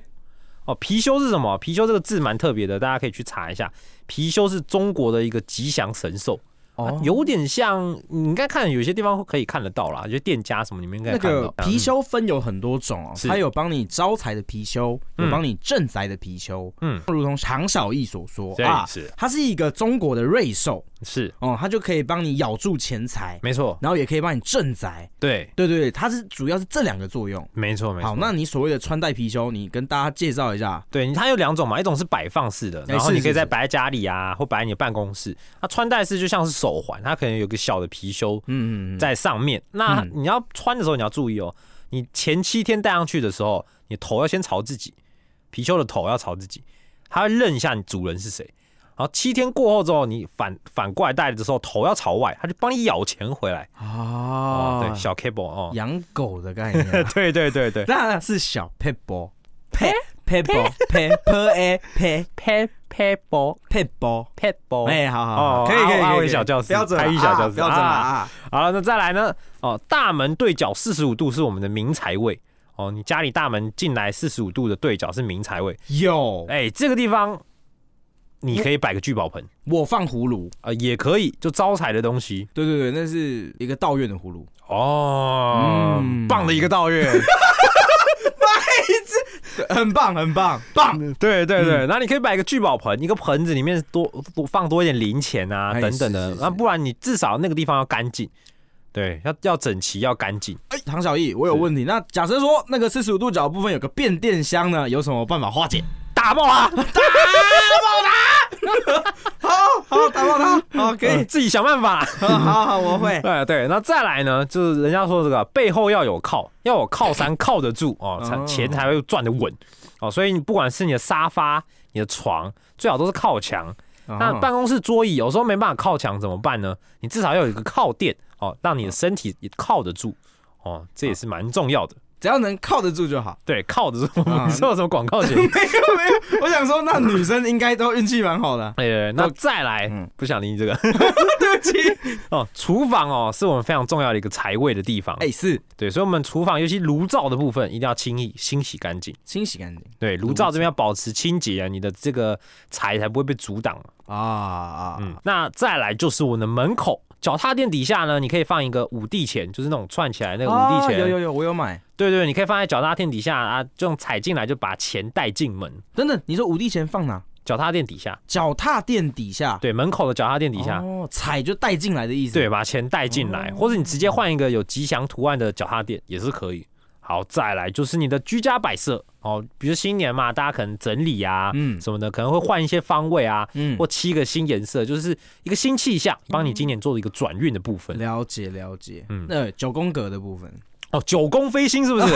[SPEAKER 2] 哦，貔貅是什么？貔貅这个字蛮特别的，大家可以去查一下。貔貅是中国的一个吉祥神兽，啊
[SPEAKER 3] 哦，
[SPEAKER 2] 有点像你应该看有些地方可以看得到啦，就店家什么你们应该
[SPEAKER 3] 那
[SPEAKER 2] 也看得
[SPEAKER 3] 个
[SPEAKER 2] 到。
[SPEAKER 3] 貔
[SPEAKER 2] 嗯，
[SPEAKER 3] 貅分有很多种哦，
[SPEAKER 2] 是
[SPEAKER 3] 它有帮你招财的貔貅，
[SPEAKER 2] 嗯
[SPEAKER 3] 有帮你镇宅的貔貅。
[SPEAKER 2] 嗯
[SPEAKER 3] 嗯，如同唐小艺所说
[SPEAKER 2] 对
[SPEAKER 3] 啊，
[SPEAKER 2] 是
[SPEAKER 3] 它是一个中国的瑞兽
[SPEAKER 2] 嗯是
[SPEAKER 3] 哦，它就可以帮你咬住钱财，
[SPEAKER 2] 没错，
[SPEAKER 3] 然后也可以帮你镇宅。
[SPEAKER 2] 对，
[SPEAKER 3] 对对对，它是主要是这两个作用。
[SPEAKER 2] 没错没错。
[SPEAKER 3] 好，那你所谓的穿戴貔貅，你跟大家介绍一下。
[SPEAKER 2] 对它有两种嘛，一种是摆放式的，
[SPEAKER 3] 哎
[SPEAKER 2] 然后
[SPEAKER 3] 是
[SPEAKER 2] 你可以
[SPEAKER 3] 是
[SPEAKER 2] 在
[SPEAKER 3] 是
[SPEAKER 2] 摆在家里啊，或摆在你的办公室。它穿戴式就像是手环，它可能有个小的貔貅
[SPEAKER 3] 嗯，嗯嗯
[SPEAKER 2] 在上面。那
[SPEAKER 3] 嗯
[SPEAKER 2] 你要穿的时候你要注意哦，你前七天戴上去的时候，你头要先朝自己，貔貅的头要朝自己，它会认一下你主人是谁。然后七天过后之后，你反反过来戴的时候，头要朝外，它就帮你咬钱回来。哦，
[SPEAKER 3] 哦
[SPEAKER 2] 对，，小 cable 哦，
[SPEAKER 3] 养狗的概念啊。
[SPEAKER 2] 对对对对
[SPEAKER 3] 那是小 p e b b l e p p e b b l e p p a
[SPEAKER 2] ，pet
[SPEAKER 3] p
[SPEAKER 2] cable
[SPEAKER 3] p e b b l e
[SPEAKER 2] cable，
[SPEAKER 3] 哎，好好
[SPEAKER 2] 哦
[SPEAKER 3] 好，可以
[SPEAKER 2] 阿
[SPEAKER 3] 可以可以
[SPEAKER 2] 阿
[SPEAKER 3] 可
[SPEAKER 2] 伟
[SPEAKER 3] 以，
[SPEAKER 2] 小教室
[SPEAKER 3] 标准了
[SPEAKER 2] 台语小教
[SPEAKER 3] 啊
[SPEAKER 2] 室
[SPEAKER 3] 标准了啊，
[SPEAKER 2] 好了，那再来呢？哦，大门对角四十五度是我们的明财位。哦，你家里大门进来四十五度的对角是明财位。
[SPEAKER 3] 有
[SPEAKER 2] 哎、这个地方你可以摆个聚宝盆，
[SPEAKER 3] 我放葫芦，
[SPEAKER 2] 呃，也可以就招财的东西。
[SPEAKER 3] 对对对，那是一个道院的葫芦，
[SPEAKER 2] 哦，
[SPEAKER 3] 嗯
[SPEAKER 2] 棒的一个道 院。
[SPEAKER 3] 很棒很棒棒，
[SPEAKER 2] 对对
[SPEAKER 3] 嗯
[SPEAKER 2] 对，那、你可以摆个聚宝盆，一个盆子里面多多放多一点零钱啊，
[SPEAKER 3] 哎
[SPEAKER 2] 等等的。
[SPEAKER 3] 是是是
[SPEAKER 2] 那、不然你至少那个地方要干净，对，要要整齐，要干净。
[SPEAKER 3] 哎，唐小艺，我有问题，那假设说那个四十五度角的部分有个变电箱呢，有什么办法化解？
[SPEAKER 2] 打爆 啊！
[SPEAKER 3] 好，打爆 它，好，可
[SPEAKER 2] 呃，自己想办法。
[SPEAKER 3] 好好好，我 会，
[SPEAKER 2] 对对，那再来呢，就是人家说这个背后要有靠，要有靠山靠得住哦，才
[SPEAKER 3] 哦
[SPEAKER 2] 钱才会赚得稳哦。所以你不管是你的沙发、你的床，最好都是靠墙。那
[SPEAKER 3] 哦
[SPEAKER 2] 办公室桌椅有时候没办法靠墙怎么办呢？你至少要有一个靠垫哦，让你的身体也靠得住哦，这也是蛮重要的。
[SPEAKER 3] 只要能靠得住就好。
[SPEAKER 2] 对，靠得住，
[SPEAKER 3] 啊
[SPEAKER 2] 你说有什么广告 节目？
[SPEAKER 3] 没有没有，我想说，那女生应该都运气蛮好的啊。
[SPEAKER 2] 哎、那再来，
[SPEAKER 3] 嗯
[SPEAKER 2] 不想理你这个
[SPEAKER 3] 对不起，
[SPEAKER 2] 哦。厨房哦，是我们非常重要的一个财位的地方。
[SPEAKER 3] 哎，是
[SPEAKER 2] 对，所以我们厨房尤其炉灶的部分一定要清洗清洗干净。
[SPEAKER 3] 清洗干净
[SPEAKER 2] 对，炉
[SPEAKER 3] 炉
[SPEAKER 2] 灶这边要保持清洁啊，你的这个财才不会被阻挡嘛。
[SPEAKER 3] 啊啊，
[SPEAKER 2] 嗯，那再来就是我们的门口脚踏垫底下呢，你可以放一个五帝钱，就是那种串起来那个五帝
[SPEAKER 3] 哦
[SPEAKER 2] 钱。
[SPEAKER 3] 有有有，我有买。
[SPEAKER 2] 对对，你可以放在脚踏垫底下啊，这种踩进来就把钱带进门。
[SPEAKER 3] 等等，你说五帝钱放哪？
[SPEAKER 2] 脚踏垫底下，
[SPEAKER 3] 脚踏垫底下，
[SPEAKER 2] 对，门口的脚踏垫底下，
[SPEAKER 3] 哦，踩就带进来的意思。，
[SPEAKER 2] 对，把钱带进来，或者你直接换一个有吉祥图案的脚踏垫也是可以。好，再来就是你的居家摆设哦，比如新年嘛，大家可能整理啊，
[SPEAKER 3] 嗯
[SPEAKER 2] 什么的，可能会换一些方位啊，
[SPEAKER 3] 嗯，
[SPEAKER 2] 或七个新颜色，就是一个新气象，帮你今年做一个转运的部分。
[SPEAKER 3] 了解了解。
[SPEAKER 2] 嗯
[SPEAKER 3] 嗯，那九宫格的部分，
[SPEAKER 2] 哦，九宫飞星是 不是？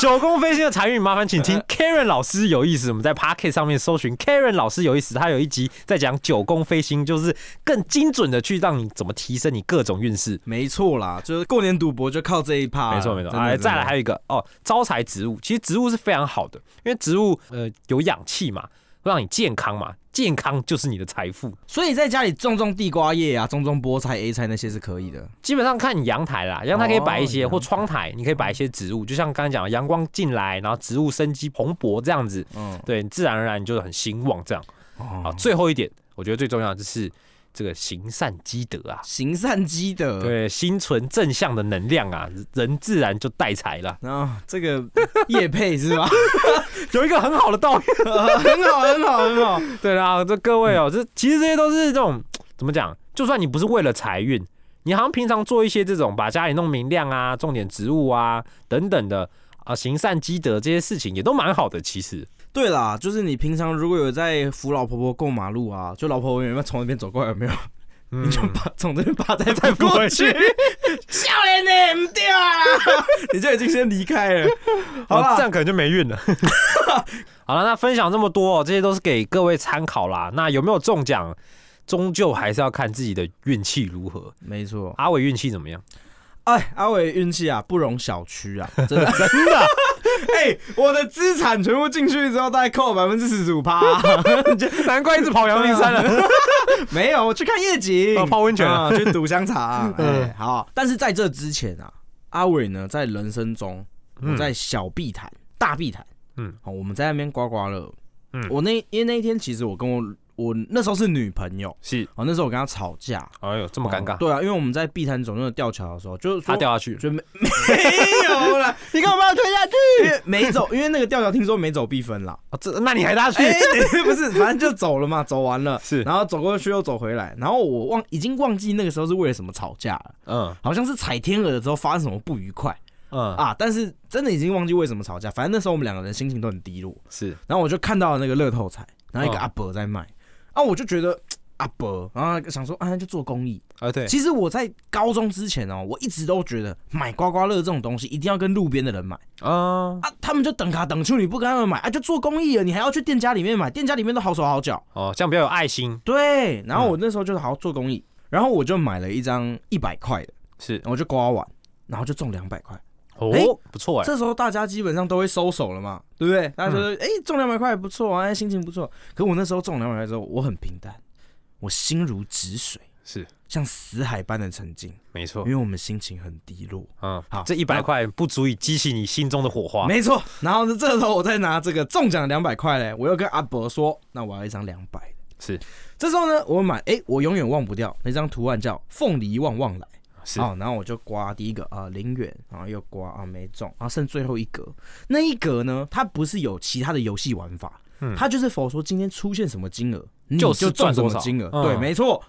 [SPEAKER 2] 九宫飞星的财运，麻烦请听 Karen 老师有意思。我们在 Pocket 上面搜寻 Karen 老师有意思，他有一集在讲九宫飞星，就是更精准的去让你怎么提升你各种运势。
[SPEAKER 3] 没错啦，就是过年赌博就靠这一趴了。
[SPEAKER 2] 没错没错，
[SPEAKER 3] 啊真的
[SPEAKER 2] 哎，再来，
[SPEAKER 3] 真的
[SPEAKER 2] 还有一个哦，招财植物，其实植物是非常好的，因为植物呃有氧气嘛，会让你健康嘛，健康就是你的财富。
[SPEAKER 3] 所以在家里种种地瓜叶啊，种种菠菜、A 菜那些是可 以的。
[SPEAKER 2] 基本上看你阳台啦，阳台可以摆一些，
[SPEAKER 3] 哦
[SPEAKER 2] 或窗台你可以摆一些植物，就像刚才讲，的，阳光进来，然后植物生机蓬勃这样子，
[SPEAKER 3] 嗯，
[SPEAKER 2] 对，你自然而然你就很兴旺这样。好，
[SPEAKER 3] 哦，
[SPEAKER 2] 最后一点，我觉得最重要的就是这个行善积德啊，
[SPEAKER 3] 行善积德。
[SPEAKER 2] 对，心存正向的能量啊，人自然就带财了。
[SPEAKER 3] 然后啊这个叶配是吧？
[SPEAKER 2] 有一个很好的道理。
[SPEAKER 3] 很好，很好，很好。
[SPEAKER 2] 对啦，这各位哦、这其实这些都是这种怎么讲？就算你不是为了财运，你好像平常做一些这种把家里弄明亮啊、种点植物啊等等的啊、行善积德这些事情，也都蛮好的。其实，
[SPEAKER 3] 对啦，就是你平常如果有在扶老婆婆过马路啊，就老婆婆有没有从那边走过来有没有？
[SPEAKER 2] 嗯
[SPEAKER 3] 你就把从这边 把再再
[SPEAKER 2] 扶
[SPEAKER 3] 过
[SPEAKER 2] 回去，
[SPEAKER 3] 去笑脸呢，不掉啊！ 你就已经先离开了。好
[SPEAKER 2] 哦这
[SPEAKER 3] 啦，
[SPEAKER 2] 样可能就没 运了。好了，那分享这么多、哦，这些都是给各位参考啦。那有没有中奖，终究还是要看自己的运气如何。
[SPEAKER 3] 没错。
[SPEAKER 2] 阿伟运气怎么样？
[SPEAKER 3] 哎，阿伟运气啊，不容小觑 啊，真的。
[SPEAKER 2] 真的，
[SPEAKER 3] 哎，我的资产全部进去之后，大概扣百分之四十五趴。
[SPEAKER 2] 难怪一直跑阳明山了。
[SPEAKER 3] 没有，我去看夜景，
[SPEAKER 2] 哦泡温泉
[SPEAKER 3] 啊，去赌香 肠。
[SPEAKER 2] 嗯
[SPEAKER 3] 哎，好。但是在这之前啊，阿伟呢，在人生中，我在小碧潭、大碧潭，嗯
[SPEAKER 2] 嗯，
[SPEAKER 3] 好，我们在那边刮刮乐。
[SPEAKER 2] 嗯，
[SPEAKER 3] 嗯我那因为那一天其实我跟我我那时候是女朋友，
[SPEAKER 2] 是，
[SPEAKER 3] 哦，那时候我跟她吵架，
[SPEAKER 2] 哎呦，这么尴尬
[SPEAKER 3] 哦，对啊，因为我们在碧潭总队吊桥的时候，就是说
[SPEAKER 2] 他掉下去了。
[SPEAKER 3] 就没没有啦， 你干嘛把我推下去？因为没走，因为那个吊桥听说每走必分啦。
[SPEAKER 2] 哦，这那你还搭去？
[SPEAKER 3] 哎、 不是，反正就走了嘛，走完了，
[SPEAKER 2] 是
[SPEAKER 3] 然后走过去又走回来，然后我忘已经忘记那个时候是为了什么吵架了，
[SPEAKER 2] 嗯
[SPEAKER 3] 好像是踩天鹅的时候发生什么不愉快
[SPEAKER 2] 嗯，
[SPEAKER 3] 啊，但是真的已经忘记为什么吵架，反正那时候我们两个人心情都很低落，
[SPEAKER 2] 是
[SPEAKER 3] 然后我就看到了那个乐透彩，然后一个
[SPEAKER 2] 哦
[SPEAKER 3] 阿伯在卖，啊，我就觉得阿伯，然后想说啊，那就做公益，
[SPEAKER 2] 啊，对，
[SPEAKER 3] 其实我在高中之前哦，我一直都觉得买刮刮乐这种东西一定要跟路边的人买
[SPEAKER 2] 啊
[SPEAKER 3] 啊，他们就等卡等去，你不跟他们买啊，就做公益了，你还要去店家里面买，店家里面都好手好脚。
[SPEAKER 2] 哦，这样比较有爱心，
[SPEAKER 3] 对，然后我那时候就是好好做公益，然后我就买了一张一百块的，
[SPEAKER 2] 是
[SPEAKER 3] 然后就刮完，然后就中两百块。
[SPEAKER 2] 哦
[SPEAKER 3] 哎，
[SPEAKER 2] 不错哎，
[SPEAKER 3] 这时候大家基本上都会收手了嘛，对不对？大家觉得哎、诶中两百块也不错啊，哎心情不错。可我那时候中两百块之后，我很平淡，我心如止水，
[SPEAKER 2] 是
[SPEAKER 3] 像死海般的沉静，
[SPEAKER 2] 没错
[SPEAKER 3] 因，为我们心情很低落。
[SPEAKER 2] 嗯
[SPEAKER 3] 嗯好，
[SPEAKER 2] 这一百块不足以激起你心中的火花，
[SPEAKER 3] 没错，然后呢，这时候我再拿这个中奖两百块嘞，我又跟阿伯说，那我要一张两百的。
[SPEAKER 2] 是
[SPEAKER 3] 这时候呢，我买，哎，我永远忘不掉那张图案叫“凤梨旺旺来”。
[SPEAKER 2] 是
[SPEAKER 3] 哦，然后我就刮第一个啊、呃零元，然后又刮啊、没中，然后剩最后一格。那一格呢，它不是有其他的游戏玩法，
[SPEAKER 2] 嗯
[SPEAKER 3] 它就是否说今天出现什么金额，你
[SPEAKER 2] 就
[SPEAKER 3] 就是中
[SPEAKER 2] 赚
[SPEAKER 3] 什
[SPEAKER 2] 多
[SPEAKER 3] 么
[SPEAKER 2] 少
[SPEAKER 3] 金额。
[SPEAKER 2] 嗯
[SPEAKER 3] 对，没错。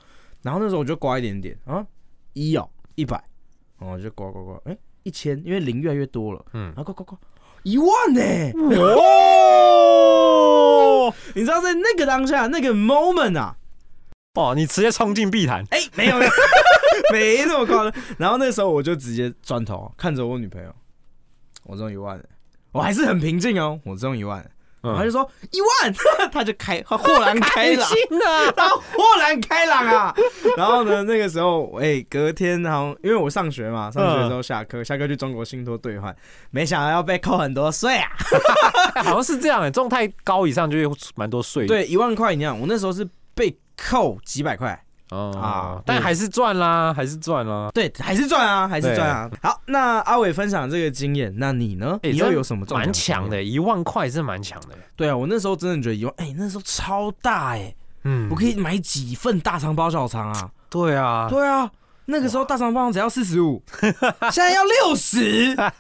[SPEAKER 3] 然后那时候我就刮一点点啊，一哦一百，然后我就刮刮刮，哎一千，因为零越来越多了，嗯
[SPEAKER 2] 嗯，
[SPEAKER 3] 然后刮刮刮。一万呢、
[SPEAKER 2] 哦，
[SPEAKER 3] 你知道在那个当下那个 moment 啊，
[SPEAKER 2] 哦，你直接冲进碧潭，
[SPEAKER 3] 哎、没 有没有，没那么夸张。然后那时候我就直接转头看着我女朋友，我中一万了，我还是很平静哦，我中一万了，然后她就说一万， 他就开，他豁然嗯开朗，
[SPEAKER 2] 啊，
[SPEAKER 3] 他豁然开朗啊。然后呢，那个时候，哎、隔天然后因为我上学嘛，上学之后下课，下课去中国信托兑换，没想到要被扣很多税啊。
[SPEAKER 2] 哎好像是这样哎，中太高以上就会蛮多税的，
[SPEAKER 3] 对，一万块一样，我那时候是被扣几百块。啊
[SPEAKER 2] 哦，
[SPEAKER 3] 对
[SPEAKER 2] 但还是赚啦，还是赚啦。
[SPEAKER 3] 对，还是赚啊，还是赚啊。好，那阿伟分享这个经验，那你呢？
[SPEAKER 2] 哎
[SPEAKER 3] 你又有什么中奖
[SPEAKER 2] 蛮强？的，一万块是蛮强的。
[SPEAKER 3] 对啊，我那时候真的觉得一万，哎、那时候超大哎、
[SPEAKER 2] 嗯
[SPEAKER 3] 我可以买几份大肠包小肠啊？
[SPEAKER 2] 对啊，
[SPEAKER 3] 对啊，那个时候大肠包小肠只要四十五，现在要六 十，啊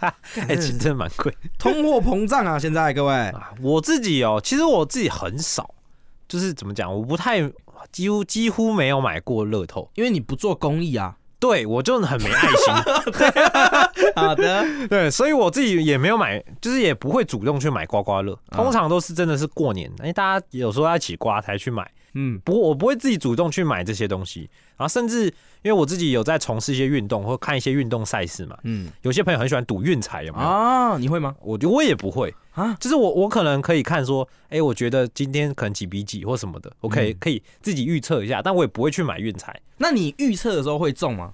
[SPEAKER 2] 哎，其实真的蛮贵。
[SPEAKER 3] 通货膨胀啊！现在各位，
[SPEAKER 2] 啊，我自己哦，其实我自己很少，就是怎么讲，我不太几乎几乎没有买过乐透，
[SPEAKER 3] 因为你不做公益 啊。
[SPEAKER 2] 对我就很没爱心，
[SPEAKER 3] 好的，
[SPEAKER 2] 对，所以我自己也没有买，就是也不会主动去买刮刮乐，通常都是真的是过年，哎、大家有时候要一起刮才去买，
[SPEAKER 3] 嗯，
[SPEAKER 2] 不过我不会自己主动去买这些东西，然后甚至因为我自己有在从事一些运动或看一些运动赛事嘛，
[SPEAKER 3] 嗯
[SPEAKER 2] 有些朋友很喜欢赌运彩，有没有？
[SPEAKER 3] 啊，你会吗？
[SPEAKER 2] 我就我也不会
[SPEAKER 3] 啊
[SPEAKER 2] 啊，就是我我可能可以看说，哎、我觉得今天可能几比几或什么的，我可以、可以自己预测一下，但我也不会去买运彩。
[SPEAKER 3] 那你预测的时候会中吗？嗯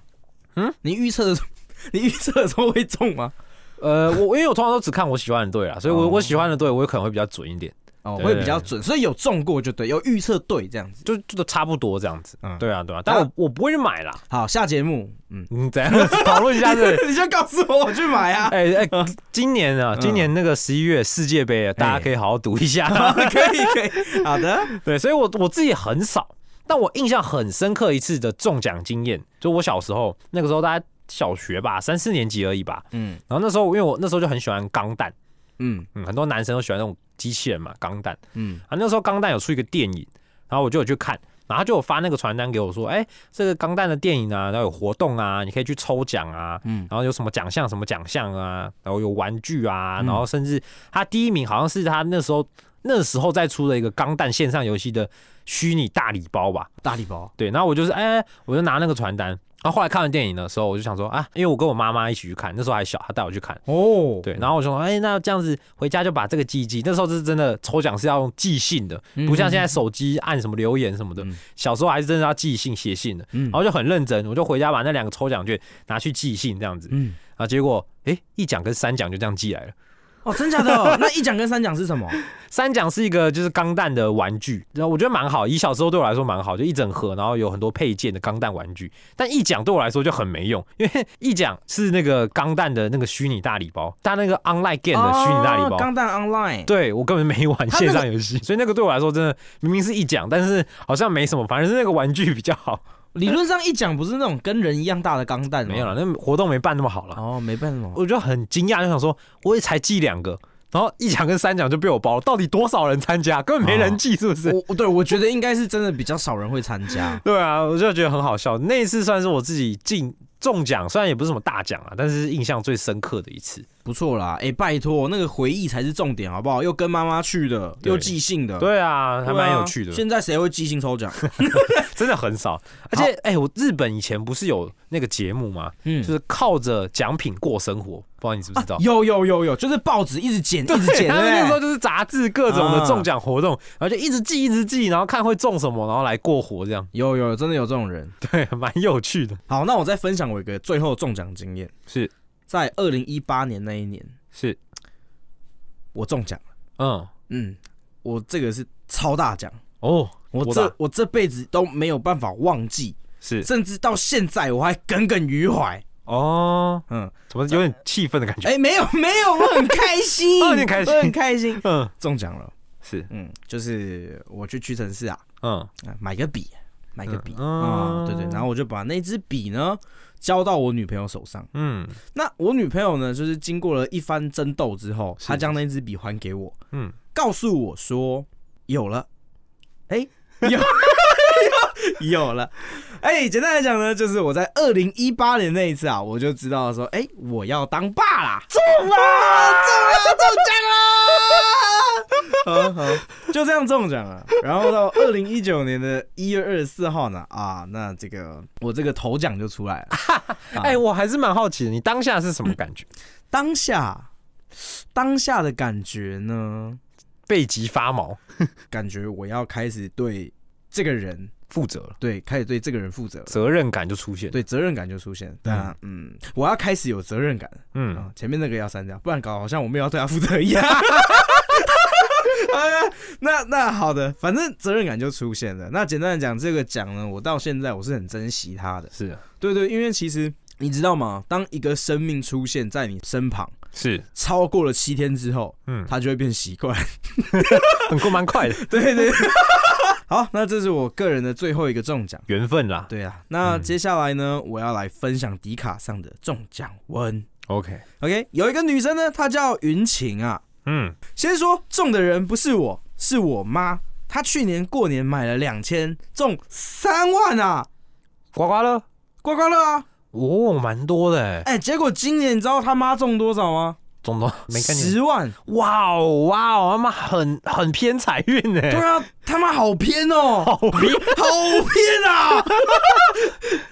[SPEAKER 2] 嗯，
[SPEAKER 3] 你预测的时候， 你预测的时候会中吗？
[SPEAKER 2] 呃，我我因为我通常都只看我喜欢的队啦，所以我、
[SPEAKER 3] 哦
[SPEAKER 2] 我喜欢的队我可能会比较准一点，
[SPEAKER 3] 哦，
[SPEAKER 2] 对
[SPEAKER 3] 会比较准，所以有中过就对，有预测对这样子。
[SPEAKER 2] 就就都差不多这样子。
[SPEAKER 3] 嗯
[SPEAKER 2] 对啊对啊，但我、
[SPEAKER 3] 那
[SPEAKER 2] 我不会去买啦。
[SPEAKER 3] 好，下节目，嗯，
[SPEAKER 2] 嗯，怎样 讨论一下这？
[SPEAKER 3] 你就告诉我我去买 啊，
[SPEAKER 2] 哎哎、今年啊，
[SPEAKER 3] 嗯
[SPEAKER 2] 今年那个十一月世界杯啊，大家可以好好读一下。
[SPEAKER 3] 可以可以，好的，
[SPEAKER 2] 对，所以我我自己很少。但我印象很深刻一次的中奖经验，就我小时候那个时候大家小学吧，三四年级而已吧。
[SPEAKER 3] 嗯
[SPEAKER 2] 然后那时候因为我那时候就很喜欢钢弹，
[SPEAKER 3] 嗯
[SPEAKER 2] 嗯，很多男生都喜欢那种机器人嘛，钢弹。
[SPEAKER 3] 嗯
[SPEAKER 2] 啊，那时候钢弹有出一个电影，然后我就有去看，然后他就有发那个传单给我说，哎、这个钢弹的电影啊，然后有活动啊，你可以去抽奖啊，
[SPEAKER 3] 嗯
[SPEAKER 2] 然后有什么奖项什么奖项啊，然后有玩具啊，
[SPEAKER 3] 嗯
[SPEAKER 2] 然后甚至他第一名好像是他那时候那时候在出的一个钢弹线上游戏的虚拟大礼包吧，
[SPEAKER 3] 大礼包，
[SPEAKER 2] 对，然后我就是哎、我就拿那个传单。然后后来看完电影的时候，我就想说啊，因为我跟我妈妈一起去看，那时候还小，她带我去看，
[SPEAKER 3] 哦，
[SPEAKER 2] 对，然后我就说，哎、那这样子回家就把这个记一记。那时候是真的抽奖是要用寄信的，
[SPEAKER 3] 嗯
[SPEAKER 2] 不像现在手机按什么留言什么的，
[SPEAKER 3] 嗯
[SPEAKER 2] 小时候还是真的要寄信写信的。
[SPEAKER 3] 嗯
[SPEAKER 2] 然后就很认真，我就回家把那两个抽奖券拿去寄信这样子，
[SPEAKER 3] 嗯，
[SPEAKER 2] 然后结果哎、一奖跟三奖就这样寄来了。
[SPEAKER 3] 哦，真假 的？那一奖跟三奖是什么？
[SPEAKER 2] 三奖是一个就是钢弹的玩具，然后我觉得蛮好，以小时候对我来说蛮好，就一整盒，然后有很多配件的钢弹玩具。但一奖对我来说就很没用，因为 一奖是那个钢弹的那个虚拟大礼包，它那个 online game 的虚拟大礼包
[SPEAKER 3] 哦，钢弹 online，
[SPEAKER 2] 对我根本没玩
[SPEAKER 3] 他那
[SPEAKER 2] 线
[SPEAKER 3] 个
[SPEAKER 2] 上游戏，所以那个对我来说真的明明是一奖，但是好像没什么，反正是那个玩具比较好。
[SPEAKER 3] 理论上一奖不是那种跟人一样大的钢弹吗
[SPEAKER 2] 没有了，那活动没办那么好了，
[SPEAKER 3] 哦，没办法，
[SPEAKER 2] 我就很惊讶，就想说我也才寄两个，然后一奖跟三奖就被我包了，到底多少人参加？根本没人寄，是不是？。
[SPEAKER 3] 我对我觉得应该是真的比较少人会参加
[SPEAKER 2] 对啊，我就觉得很好笑。那一次算是我自己进中奖，虽然也不是什么大奖啊，但是印象最深刻的一次。
[SPEAKER 3] 不错啦，哎、拜托，那个回忆才是重点，好不好？又跟妈妈去的，
[SPEAKER 2] 对
[SPEAKER 3] 又即兴的，
[SPEAKER 2] 对啊，
[SPEAKER 3] 对啊，
[SPEAKER 2] 还蛮有趣的，
[SPEAKER 3] 现在谁会即 兴抽奖？
[SPEAKER 2] 真的很少。而且，哎、我日本以前不是有那个节目吗？
[SPEAKER 3] 嗯
[SPEAKER 2] 就是靠着奖品过生活，不知道你知不知道？
[SPEAKER 3] 有有有有，就是报纸一直剪，一直
[SPEAKER 2] 对
[SPEAKER 3] 剪，
[SPEAKER 2] 他们那
[SPEAKER 3] 对不
[SPEAKER 2] 时候
[SPEAKER 3] 对
[SPEAKER 2] 就是杂志各种的
[SPEAKER 3] 啊
[SPEAKER 2] 中奖活动，然后就一直记一直记，然后看会中什么，然后来过活这样，
[SPEAKER 3] 有有有真的有这种人。
[SPEAKER 2] 对，蛮有趣的。
[SPEAKER 3] 好，那我再分享我一个最后中奖经验，
[SPEAKER 2] 是
[SPEAKER 3] 在二零一八年那一年，
[SPEAKER 2] 是，
[SPEAKER 3] 我中奖了，
[SPEAKER 2] 嗯，
[SPEAKER 3] 嗯，我这个是超大奖，
[SPEAKER 2] 哦，
[SPEAKER 3] 我
[SPEAKER 2] 多大
[SPEAKER 3] 这我这辈子都没有办法忘记，
[SPEAKER 2] 是
[SPEAKER 3] 甚至到现在我还耿耿于怀。
[SPEAKER 2] 哦，
[SPEAKER 3] 嗯，
[SPEAKER 2] 怎么有点气愤的感觉？
[SPEAKER 3] 哎、没有 没有，我很开 心，
[SPEAKER 2] 哦你开心
[SPEAKER 3] 我很开心，
[SPEAKER 2] 嗯，
[SPEAKER 3] 中奖了。
[SPEAKER 2] 是，
[SPEAKER 3] 嗯，就是我去屈臣氏啊，
[SPEAKER 2] 嗯，
[SPEAKER 3] 啊买个笔，买个笔啊、
[SPEAKER 2] 嗯
[SPEAKER 3] 对对，然后我就把那支笔呢交到我女朋友手上。
[SPEAKER 2] 嗯
[SPEAKER 3] 那我女朋友呢，就是经过了一番争斗之后，
[SPEAKER 2] 是
[SPEAKER 3] 她将那支笔还给我，
[SPEAKER 2] 嗯，
[SPEAKER 3] 告诉我说有了，哎、 有有了，哎、简单来讲呢，就是我在二零一八年那一次啊，我就知道说，哎、我要当爸啦，中啦，中 啦，中奖啦，好好，就这样中奖了。然后到二零一九年的一月二十四号呢，啊，那这个我这个头奖就出来了。
[SPEAKER 2] 哎、我还是蛮好奇的，你当下是什么感觉？
[SPEAKER 3] 当下当下的感觉呢？
[SPEAKER 2] 背脊发毛，
[SPEAKER 3] 感觉我要开始对这个人，
[SPEAKER 2] 负责了，
[SPEAKER 3] 对，开始对这个人负责了，
[SPEAKER 2] 责任感就出现。，
[SPEAKER 3] 对责任感就出现。但嗯，我要开始有责任感了
[SPEAKER 2] 嗯，
[SPEAKER 3] 啊！前面那个要删掉，不然搞得好像我没有要对他负责一 样。 哎呀那那好的，反正责任感就出现了。那简单的讲，这个奖呢，我到现在我是很珍惜它的。
[SPEAKER 2] 是啊
[SPEAKER 3] 对对，因为其实你知道吗？当一个生命出现在你身旁
[SPEAKER 2] 是，
[SPEAKER 3] 超过了七天之后，
[SPEAKER 2] 嗯，
[SPEAKER 3] 它就会变习惯。
[SPEAKER 2] 很过蛮快的，
[SPEAKER 3] 对对。好，那这是我个人的最后一个中奖。
[SPEAKER 2] 缘分啦。
[SPEAKER 3] 对啊，那
[SPEAKER 2] 嗯
[SPEAKER 3] 接下来呢，我要来分享迪卡上的中奖文。
[SPEAKER 2] OK，
[SPEAKER 3] OK，有一个女生呢，她叫云晴啊。
[SPEAKER 2] 嗯，
[SPEAKER 3] 先说中的人不是我，是我妈。她去年过年买了两千，中三万啊，
[SPEAKER 2] 刮刮乐，
[SPEAKER 3] 刮刮乐啊！
[SPEAKER 2] 哦，蛮多的哎，
[SPEAKER 3] 哎、结果今年你知道她妈中多少吗？
[SPEAKER 2] 总统 没看见。
[SPEAKER 3] 十万。
[SPEAKER 2] 哇哦哇哦，他妈很很偏财运呢。
[SPEAKER 3] 对啊，他妈好偏 哦，
[SPEAKER 2] 好偏
[SPEAKER 3] 好偏啊！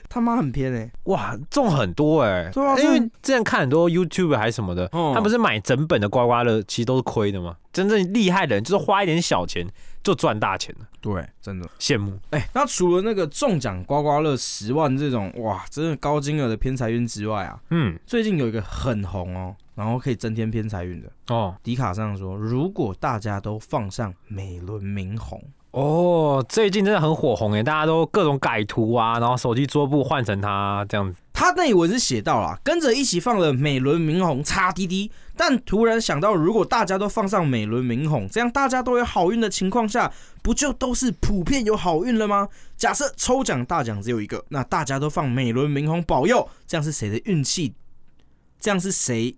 [SPEAKER 3] 他妈很偏哎、
[SPEAKER 2] 哇，中很多哎、
[SPEAKER 3] 对啊
[SPEAKER 2] 因为
[SPEAKER 3] 中
[SPEAKER 2] 之前看很多 YouTube 还是什么的，
[SPEAKER 3] 嗯
[SPEAKER 2] 他不是买整本的刮刮乐，其实都是亏的嘛。真正厉害的人就是花一点小钱就赚大钱了，
[SPEAKER 3] 对，真的。
[SPEAKER 2] 羡慕。
[SPEAKER 3] 哎、那除了那个中奖刮刮乐十万这种哇，真的高金额的偏财运之外啊，
[SPEAKER 2] 嗯，
[SPEAKER 3] 最近有一个很红哦，然后可以增添偏财运的。
[SPEAKER 2] 哦
[SPEAKER 3] 迪卡上说，如果大家都放上美轮明宏，
[SPEAKER 2] 哦，最近真的很火红哎、大家都各种改图啊，然后手机桌布换成它这样子。
[SPEAKER 3] 他内文是写到了，跟着一起放了美轮明宏叉滴滴，但突然想到，如果大家都放上美轮明宏，这样大家都有好运的情况下，不就都是普遍有好运了吗？假设抽奖大奖只有一个，那大家都放美轮明宏保佑，这样是谁的运气？这样是谁？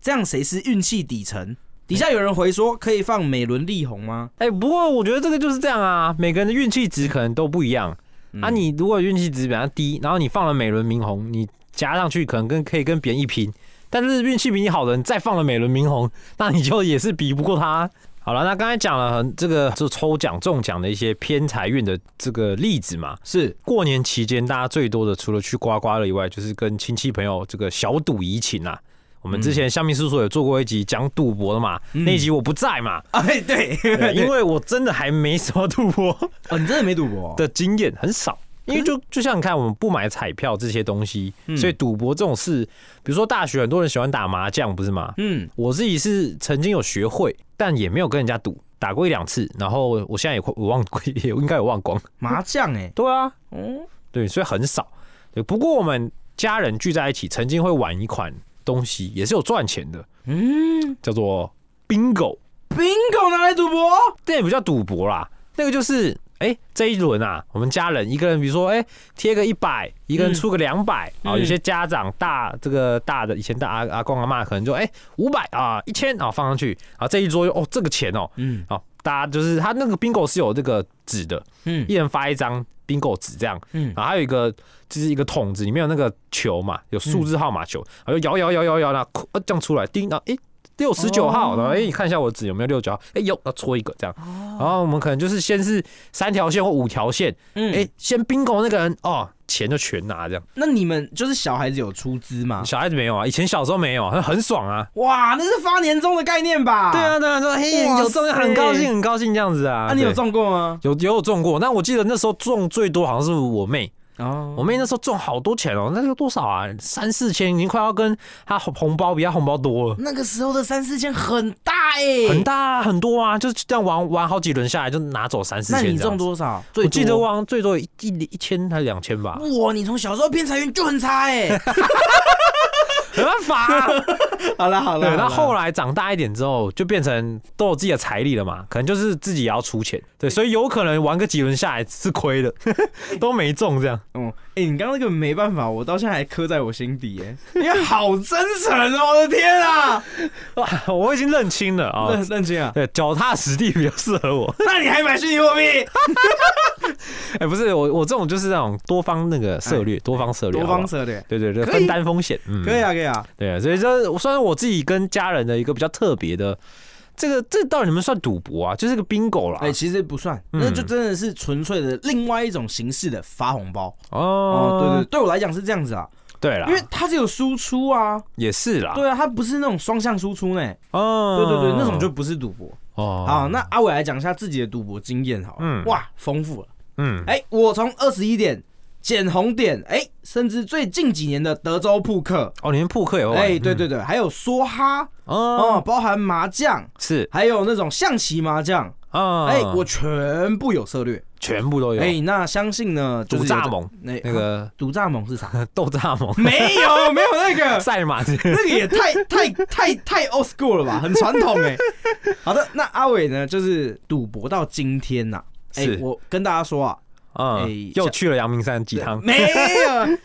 [SPEAKER 3] 这样谁是运气底层？底下有人回说，可以放美轮力宏吗？
[SPEAKER 2] 哎、不过我觉得这个就是这样啊，每个人的运气值可能都不一样。
[SPEAKER 3] 嗯
[SPEAKER 2] 啊， 你如果运气值比较低，然后你放了美轮明宏，你加上去可能跟可以跟别人一拼，但是运气比你好的人再放了美轮明宏，那你就也是比不过他。好了，那刚才讲了很这个就抽奖中奖的一些偏财运的这个例子嘛。
[SPEAKER 3] 是
[SPEAKER 2] 过年期间，大家最多的除了去刮刮乐以外，就是跟亲戚朋友这个小赌怡情啊。我们之前下面叔叔有做过一集讲赌博的嘛，
[SPEAKER 3] 嗯
[SPEAKER 2] 那集我不在嘛，
[SPEAKER 3] 哎，对，
[SPEAKER 2] 对 因为我真的还没什么赌博。
[SPEAKER 3] 哦，你真的没赌博？
[SPEAKER 2] 的经验很少，因为就就像你看，我们不买彩票这些东西，
[SPEAKER 3] 嗯
[SPEAKER 2] 所以赌博这种事，比如说大学很多人喜欢打麻将，不是吗？
[SPEAKER 3] 嗯，
[SPEAKER 2] 我自己是曾经有学会，但也没有跟人家赌，打过一两次，然后我现在也快我忘也应该有忘光。
[SPEAKER 3] 麻将哎，
[SPEAKER 2] 对啊，
[SPEAKER 3] 哦，
[SPEAKER 2] 对，所以很少。对，不过我们家人聚在一起，曾经会玩一款东西，也是有赚钱的，
[SPEAKER 3] 嗯
[SPEAKER 2] 叫做 bingo。
[SPEAKER 3] ，bingo 拿来赌博，哦
[SPEAKER 2] 那也不叫赌博啦，那个就是哎、诶这一轮啊，我们家人一个人，比如说哎贴、个一百，一个人出个两百、
[SPEAKER 3] 嗯
[SPEAKER 2] 啊，有些家长大这个大的以前大阿阿公阿妈可能就哎五百啊一千啊放上去，啊这一桌哦这个钱哦，
[SPEAKER 3] 嗯
[SPEAKER 2] 好、大家就是他那个 bingo 是有这个纸的，
[SPEAKER 3] 嗯
[SPEAKER 2] 一人发一张 bingo 纸这样，
[SPEAKER 3] 嗯
[SPEAKER 2] 然后还有一个就是一个桶子里面有那个球嘛，有数字号码球，然后就摇摇摇摇摇，然后哭呃这样出来，叮，然后诶六十九号，
[SPEAKER 3] 哦
[SPEAKER 2] 然后诶你看一下我的纸有没有六九号，诶有，要戳一个这样，然后我们可能就是先是三条线或五条线，
[SPEAKER 3] 嗯，哎、
[SPEAKER 2] 诶，先 bingo 那个人哦，钱就全拿这样，
[SPEAKER 3] 那你们就是小孩子有出资吗？
[SPEAKER 2] 小孩子没有啊，以前小时候没有啊，很爽啊，
[SPEAKER 3] 哇，那是发年终的概念吧？
[SPEAKER 2] 对，啊对啊，说嘿
[SPEAKER 3] 哇
[SPEAKER 2] 有中奖很高兴
[SPEAKER 3] 塞
[SPEAKER 2] 很高兴这样子啊，
[SPEAKER 3] 啊，你有
[SPEAKER 2] 对
[SPEAKER 3] 中过吗？
[SPEAKER 2] 有有有中过，那我记得那时候中最多好像是我妹。
[SPEAKER 3] 哦
[SPEAKER 2] 我妹那时候中好多钱哦，那个多少啊？三四千，已经快要跟她红包比她红包多了，
[SPEAKER 3] 那个时候的三四千很大哎、
[SPEAKER 2] 很大、啊、很多啊！就是这样玩玩好几轮下来，就拿走三四
[SPEAKER 3] 那
[SPEAKER 2] 千。
[SPEAKER 3] 你中？多少？
[SPEAKER 2] 我
[SPEAKER 3] 最
[SPEAKER 2] 记得
[SPEAKER 3] 多
[SPEAKER 2] 我好像最多一一一千还是两千 吧，
[SPEAKER 3] 哇，你从小时候偏财运就很差哎、
[SPEAKER 2] 没办法、啊。
[SPEAKER 3] 好了好
[SPEAKER 2] 对，
[SPEAKER 3] 了，
[SPEAKER 2] 那后
[SPEAKER 3] 来
[SPEAKER 2] 来长大一点之后，就变成都有自己的财力了嘛，可能就是自己也要出钱。对，所以有可能玩个几轮下来是亏的， 都没中这样。
[SPEAKER 3] 嗯，哎、你刚刚那个没办法，我到现在还刻在我心底哎、你好真诚哦，我的天啊！
[SPEAKER 2] 哇，我已经认清了啊、
[SPEAKER 3] 认认清啊，
[SPEAKER 2] 对，脚踏实地比较适合我。
[SPEAKER 3] 那你还买虚拟货币？
[SPEAKER 2] 哎、不是我，我这种就是那种多方那个策略，多方策略，
[SPEAKER 3] 哎
[SPEAKER 2] 好
[SPEAKER 3] 多
[SPEAKER 2] 不
[SPEAKER 3] 方
[SPEAKER 2] 好
[SPEAKER 3] 策略，
[SPEAKER 2] 对对对，
[SPEAKER 3] 可以
[SPEAKER 2] 分担风险，嗯，
[SPEAKER 3] 可以，啊可以啊，
[SPEAKER 2] 对啊，所以这算是我自己跟家人的一个比较特别的，这个这到底能不能算赌博啊？就是个 bingo 啦，
[SPEAKER 3] 哎、其实不算，
[SPEAKER 2] 嗯
[SPEAKER 3] 那就真的是纯粹的另外一种形式的发红包。哦，对对，
[SPEAKER 2] 哦，
[SPEAKER 3] 对我来讲是这样子啊，
[SPEAKER 2] 对对啦，
[SPEAKER 3] 因为它只有输出啊，
[SPEAKER 2] 也是啦，
[SPEAKER 3] 对啊，它不是那种双向输出呢。
[SPEAKER 2] 哦
[SPEAKER 3] 对对对，那种就不是赌博
[SPEAKER 2] 哦
[SPEAKER 3] 啊。那阿伟来讲一下自己的赌博经验好了
[SPEAKER 2] 嗯，
[SPEAKER 3] 哇，丰富了。
[SPEAKER 2] 嗯，
[SPEAKER 3] 哎，我从二十一点捡红点，哎，甚至最近几年的德州扑克，
[SPEAKER 2] 哦，你们扑克也会玩，
[SPEAKER 3] 哎，对
[SPEAKER 2] 嗯，
[SPEAKER 3] 对对，还有梭哈哦，
[SPEAKER 2] 哦，
[SPEAKER 3] 包含麻将，
[SPEAKER 2] 是
[SPEAKER 3] 还有那种象棋麻将，
[SPEAKER 2] 啊，
[SPEAKER 3] 哎，我全部有策略。
[SPEAKER 2] 全部都有，
[SPEAKER 3] 哎，那相信呢，就
[SPEAKER 2] 赌
[SPEAKER 3] 是有
[SPEAKER 2] 蚱
[SPEAKER 3] 这
[SPEAKER 2] 蜢
[SPEAKER 3] 哎
[SPEAKER 2] 那个
[SPEAKER 3] 赌蚱蜢是啥？
[SPEAKER 2] 斗蚱蜢、
[SPEAKER 3] 没有，没有那 个，
[SPEAKER 2] 赛马之类的，
[SPEAKER 3] 那个也 太太太太 old school 了吧，很传统哎、好的，那阿伟呢，就是赌博到今天呐、哎、
[SPEAKER 2] 是
[SPEAKER 3] 我跟大家 说啊，哎嗯
[SPEAKER 2] 嗯，又去了阳明山鸡汤，
[SPEAKER 3] 没有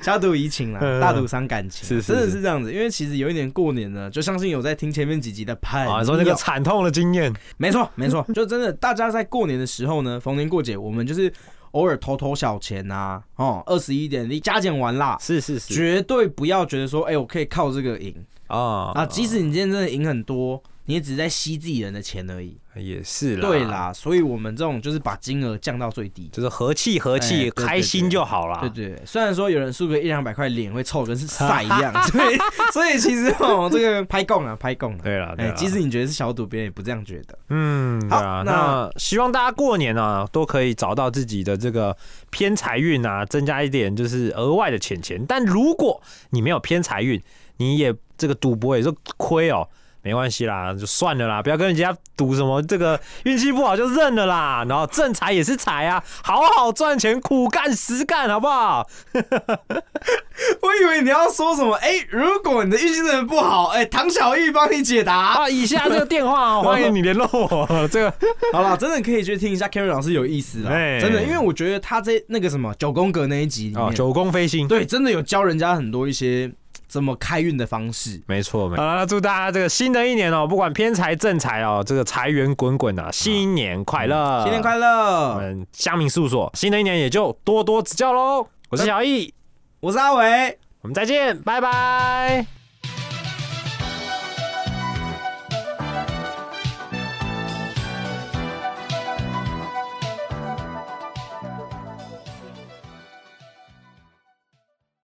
[SPEAKER 3] 小赌怡情啦，
[SPEAKER 2] 嗯
[SPEAKER 3] 大赌伤感情
[SPEAKER 2] 是
[SPEAKER 3] 啊，
[SPEAKER 2] 是
[SPEAKER 3] 真的
[SPEAKER 2] 是
[SPEAKER 3] 是这样子。因为其实有一年过年呢，就相信有在听前面几集的朋友，
[SPEAKER 2] 啊，说那个惨痛的经验，
[SPEAKER 3] 没错没错， 就真的大家在过年的时候呢，逢年过节，我们就是偶尔偷偷小钱呐、哦，二十一点你加减完啦。
[SPEAKER 2] 是是是，
[SPEAKER 3] 绝对不要觉得说，哎、我可以靠这个赢
[SPEAKER 2] 啊
[SPEAKER 3] 啊！即使你今天真的赢很多，你也只是在吸自己人的钱而已。
[SPEAKER 2] 也是啦，
[SPEAKER 3] 对，啦，所以我们这种就是把金额降到最低。
[SPEAKER 2] 就是和气和
[SPEAKER 3] 哎
[SPEAKER 2] 气，
[SPEAKER 3] 对对
[SPEAKER 2] 开心就好啦。
[SPEAKER 3] 对对对，虽然说有人输个一两百块，脸会臭得跟是晒一样， 所以所以其实哦，这个拍供啊，拍供啊，
[SPEAKER 2] 对啦，对
[SPEAKER 3] 哎，
[SPEAKER 2] 啦，
[SPEAKER 3] 即使你觉得是小赌，别人也不这样觉得。
[SPEAKER 2] 嗯，对啊
[SPEAKER 3] 好，那
[SPEAKER 2] 那希望大家过年啊都可以找到自己的这个偏财运啊，增加一点就是额外的钱钱。但如果你没有偏财运，你也这个赌博也是亏哦。没关系啦，就算了啦，不要跟人家赌什么这个运气不好就认了啦。然后正财也是财啊，好好赚钱，苦干实干，好不好？
[SPEAKER 3] 我以为你要说什么，哎、如果你的运气真的不好，哎、唐小玉帮你解答。
[SPEAKER 2] 啊，以下这个电话、哦、欢迎你联络我。这个
[SPEAKER 3] 好了，真的可以去听一下 Karen 老师有意思啊，
[SPEAKER 2] 哎
[SPEAKER 3] 真的，因为我觉得他这那个什么九宫格那一集里面，
[SPEAKER 2] 哦，九宫飞 星，
[SPEAKER 3] 对，真的有教人家很多一些怎么开运的方式。
[SPEAKER 2] 没错，没错。好了，那祝大家这个新的一年哦，不管偏财正财哦，这个财源滚滚啊，嗯新年快乐，
[SPEAKER 3] 新年
[SPEAKER 2] 乐！
[SPEAKER 3] 快
[SPEAKER 2] 我
[SPEAKER 3] 乐！
[SPEAKER 2] 们乡民事务所，新的一年也就多多指教喽。我是小易，
[SPEAKER 3] 我是阿伟。
[SPEAKER 2] 我们再见，拜拜。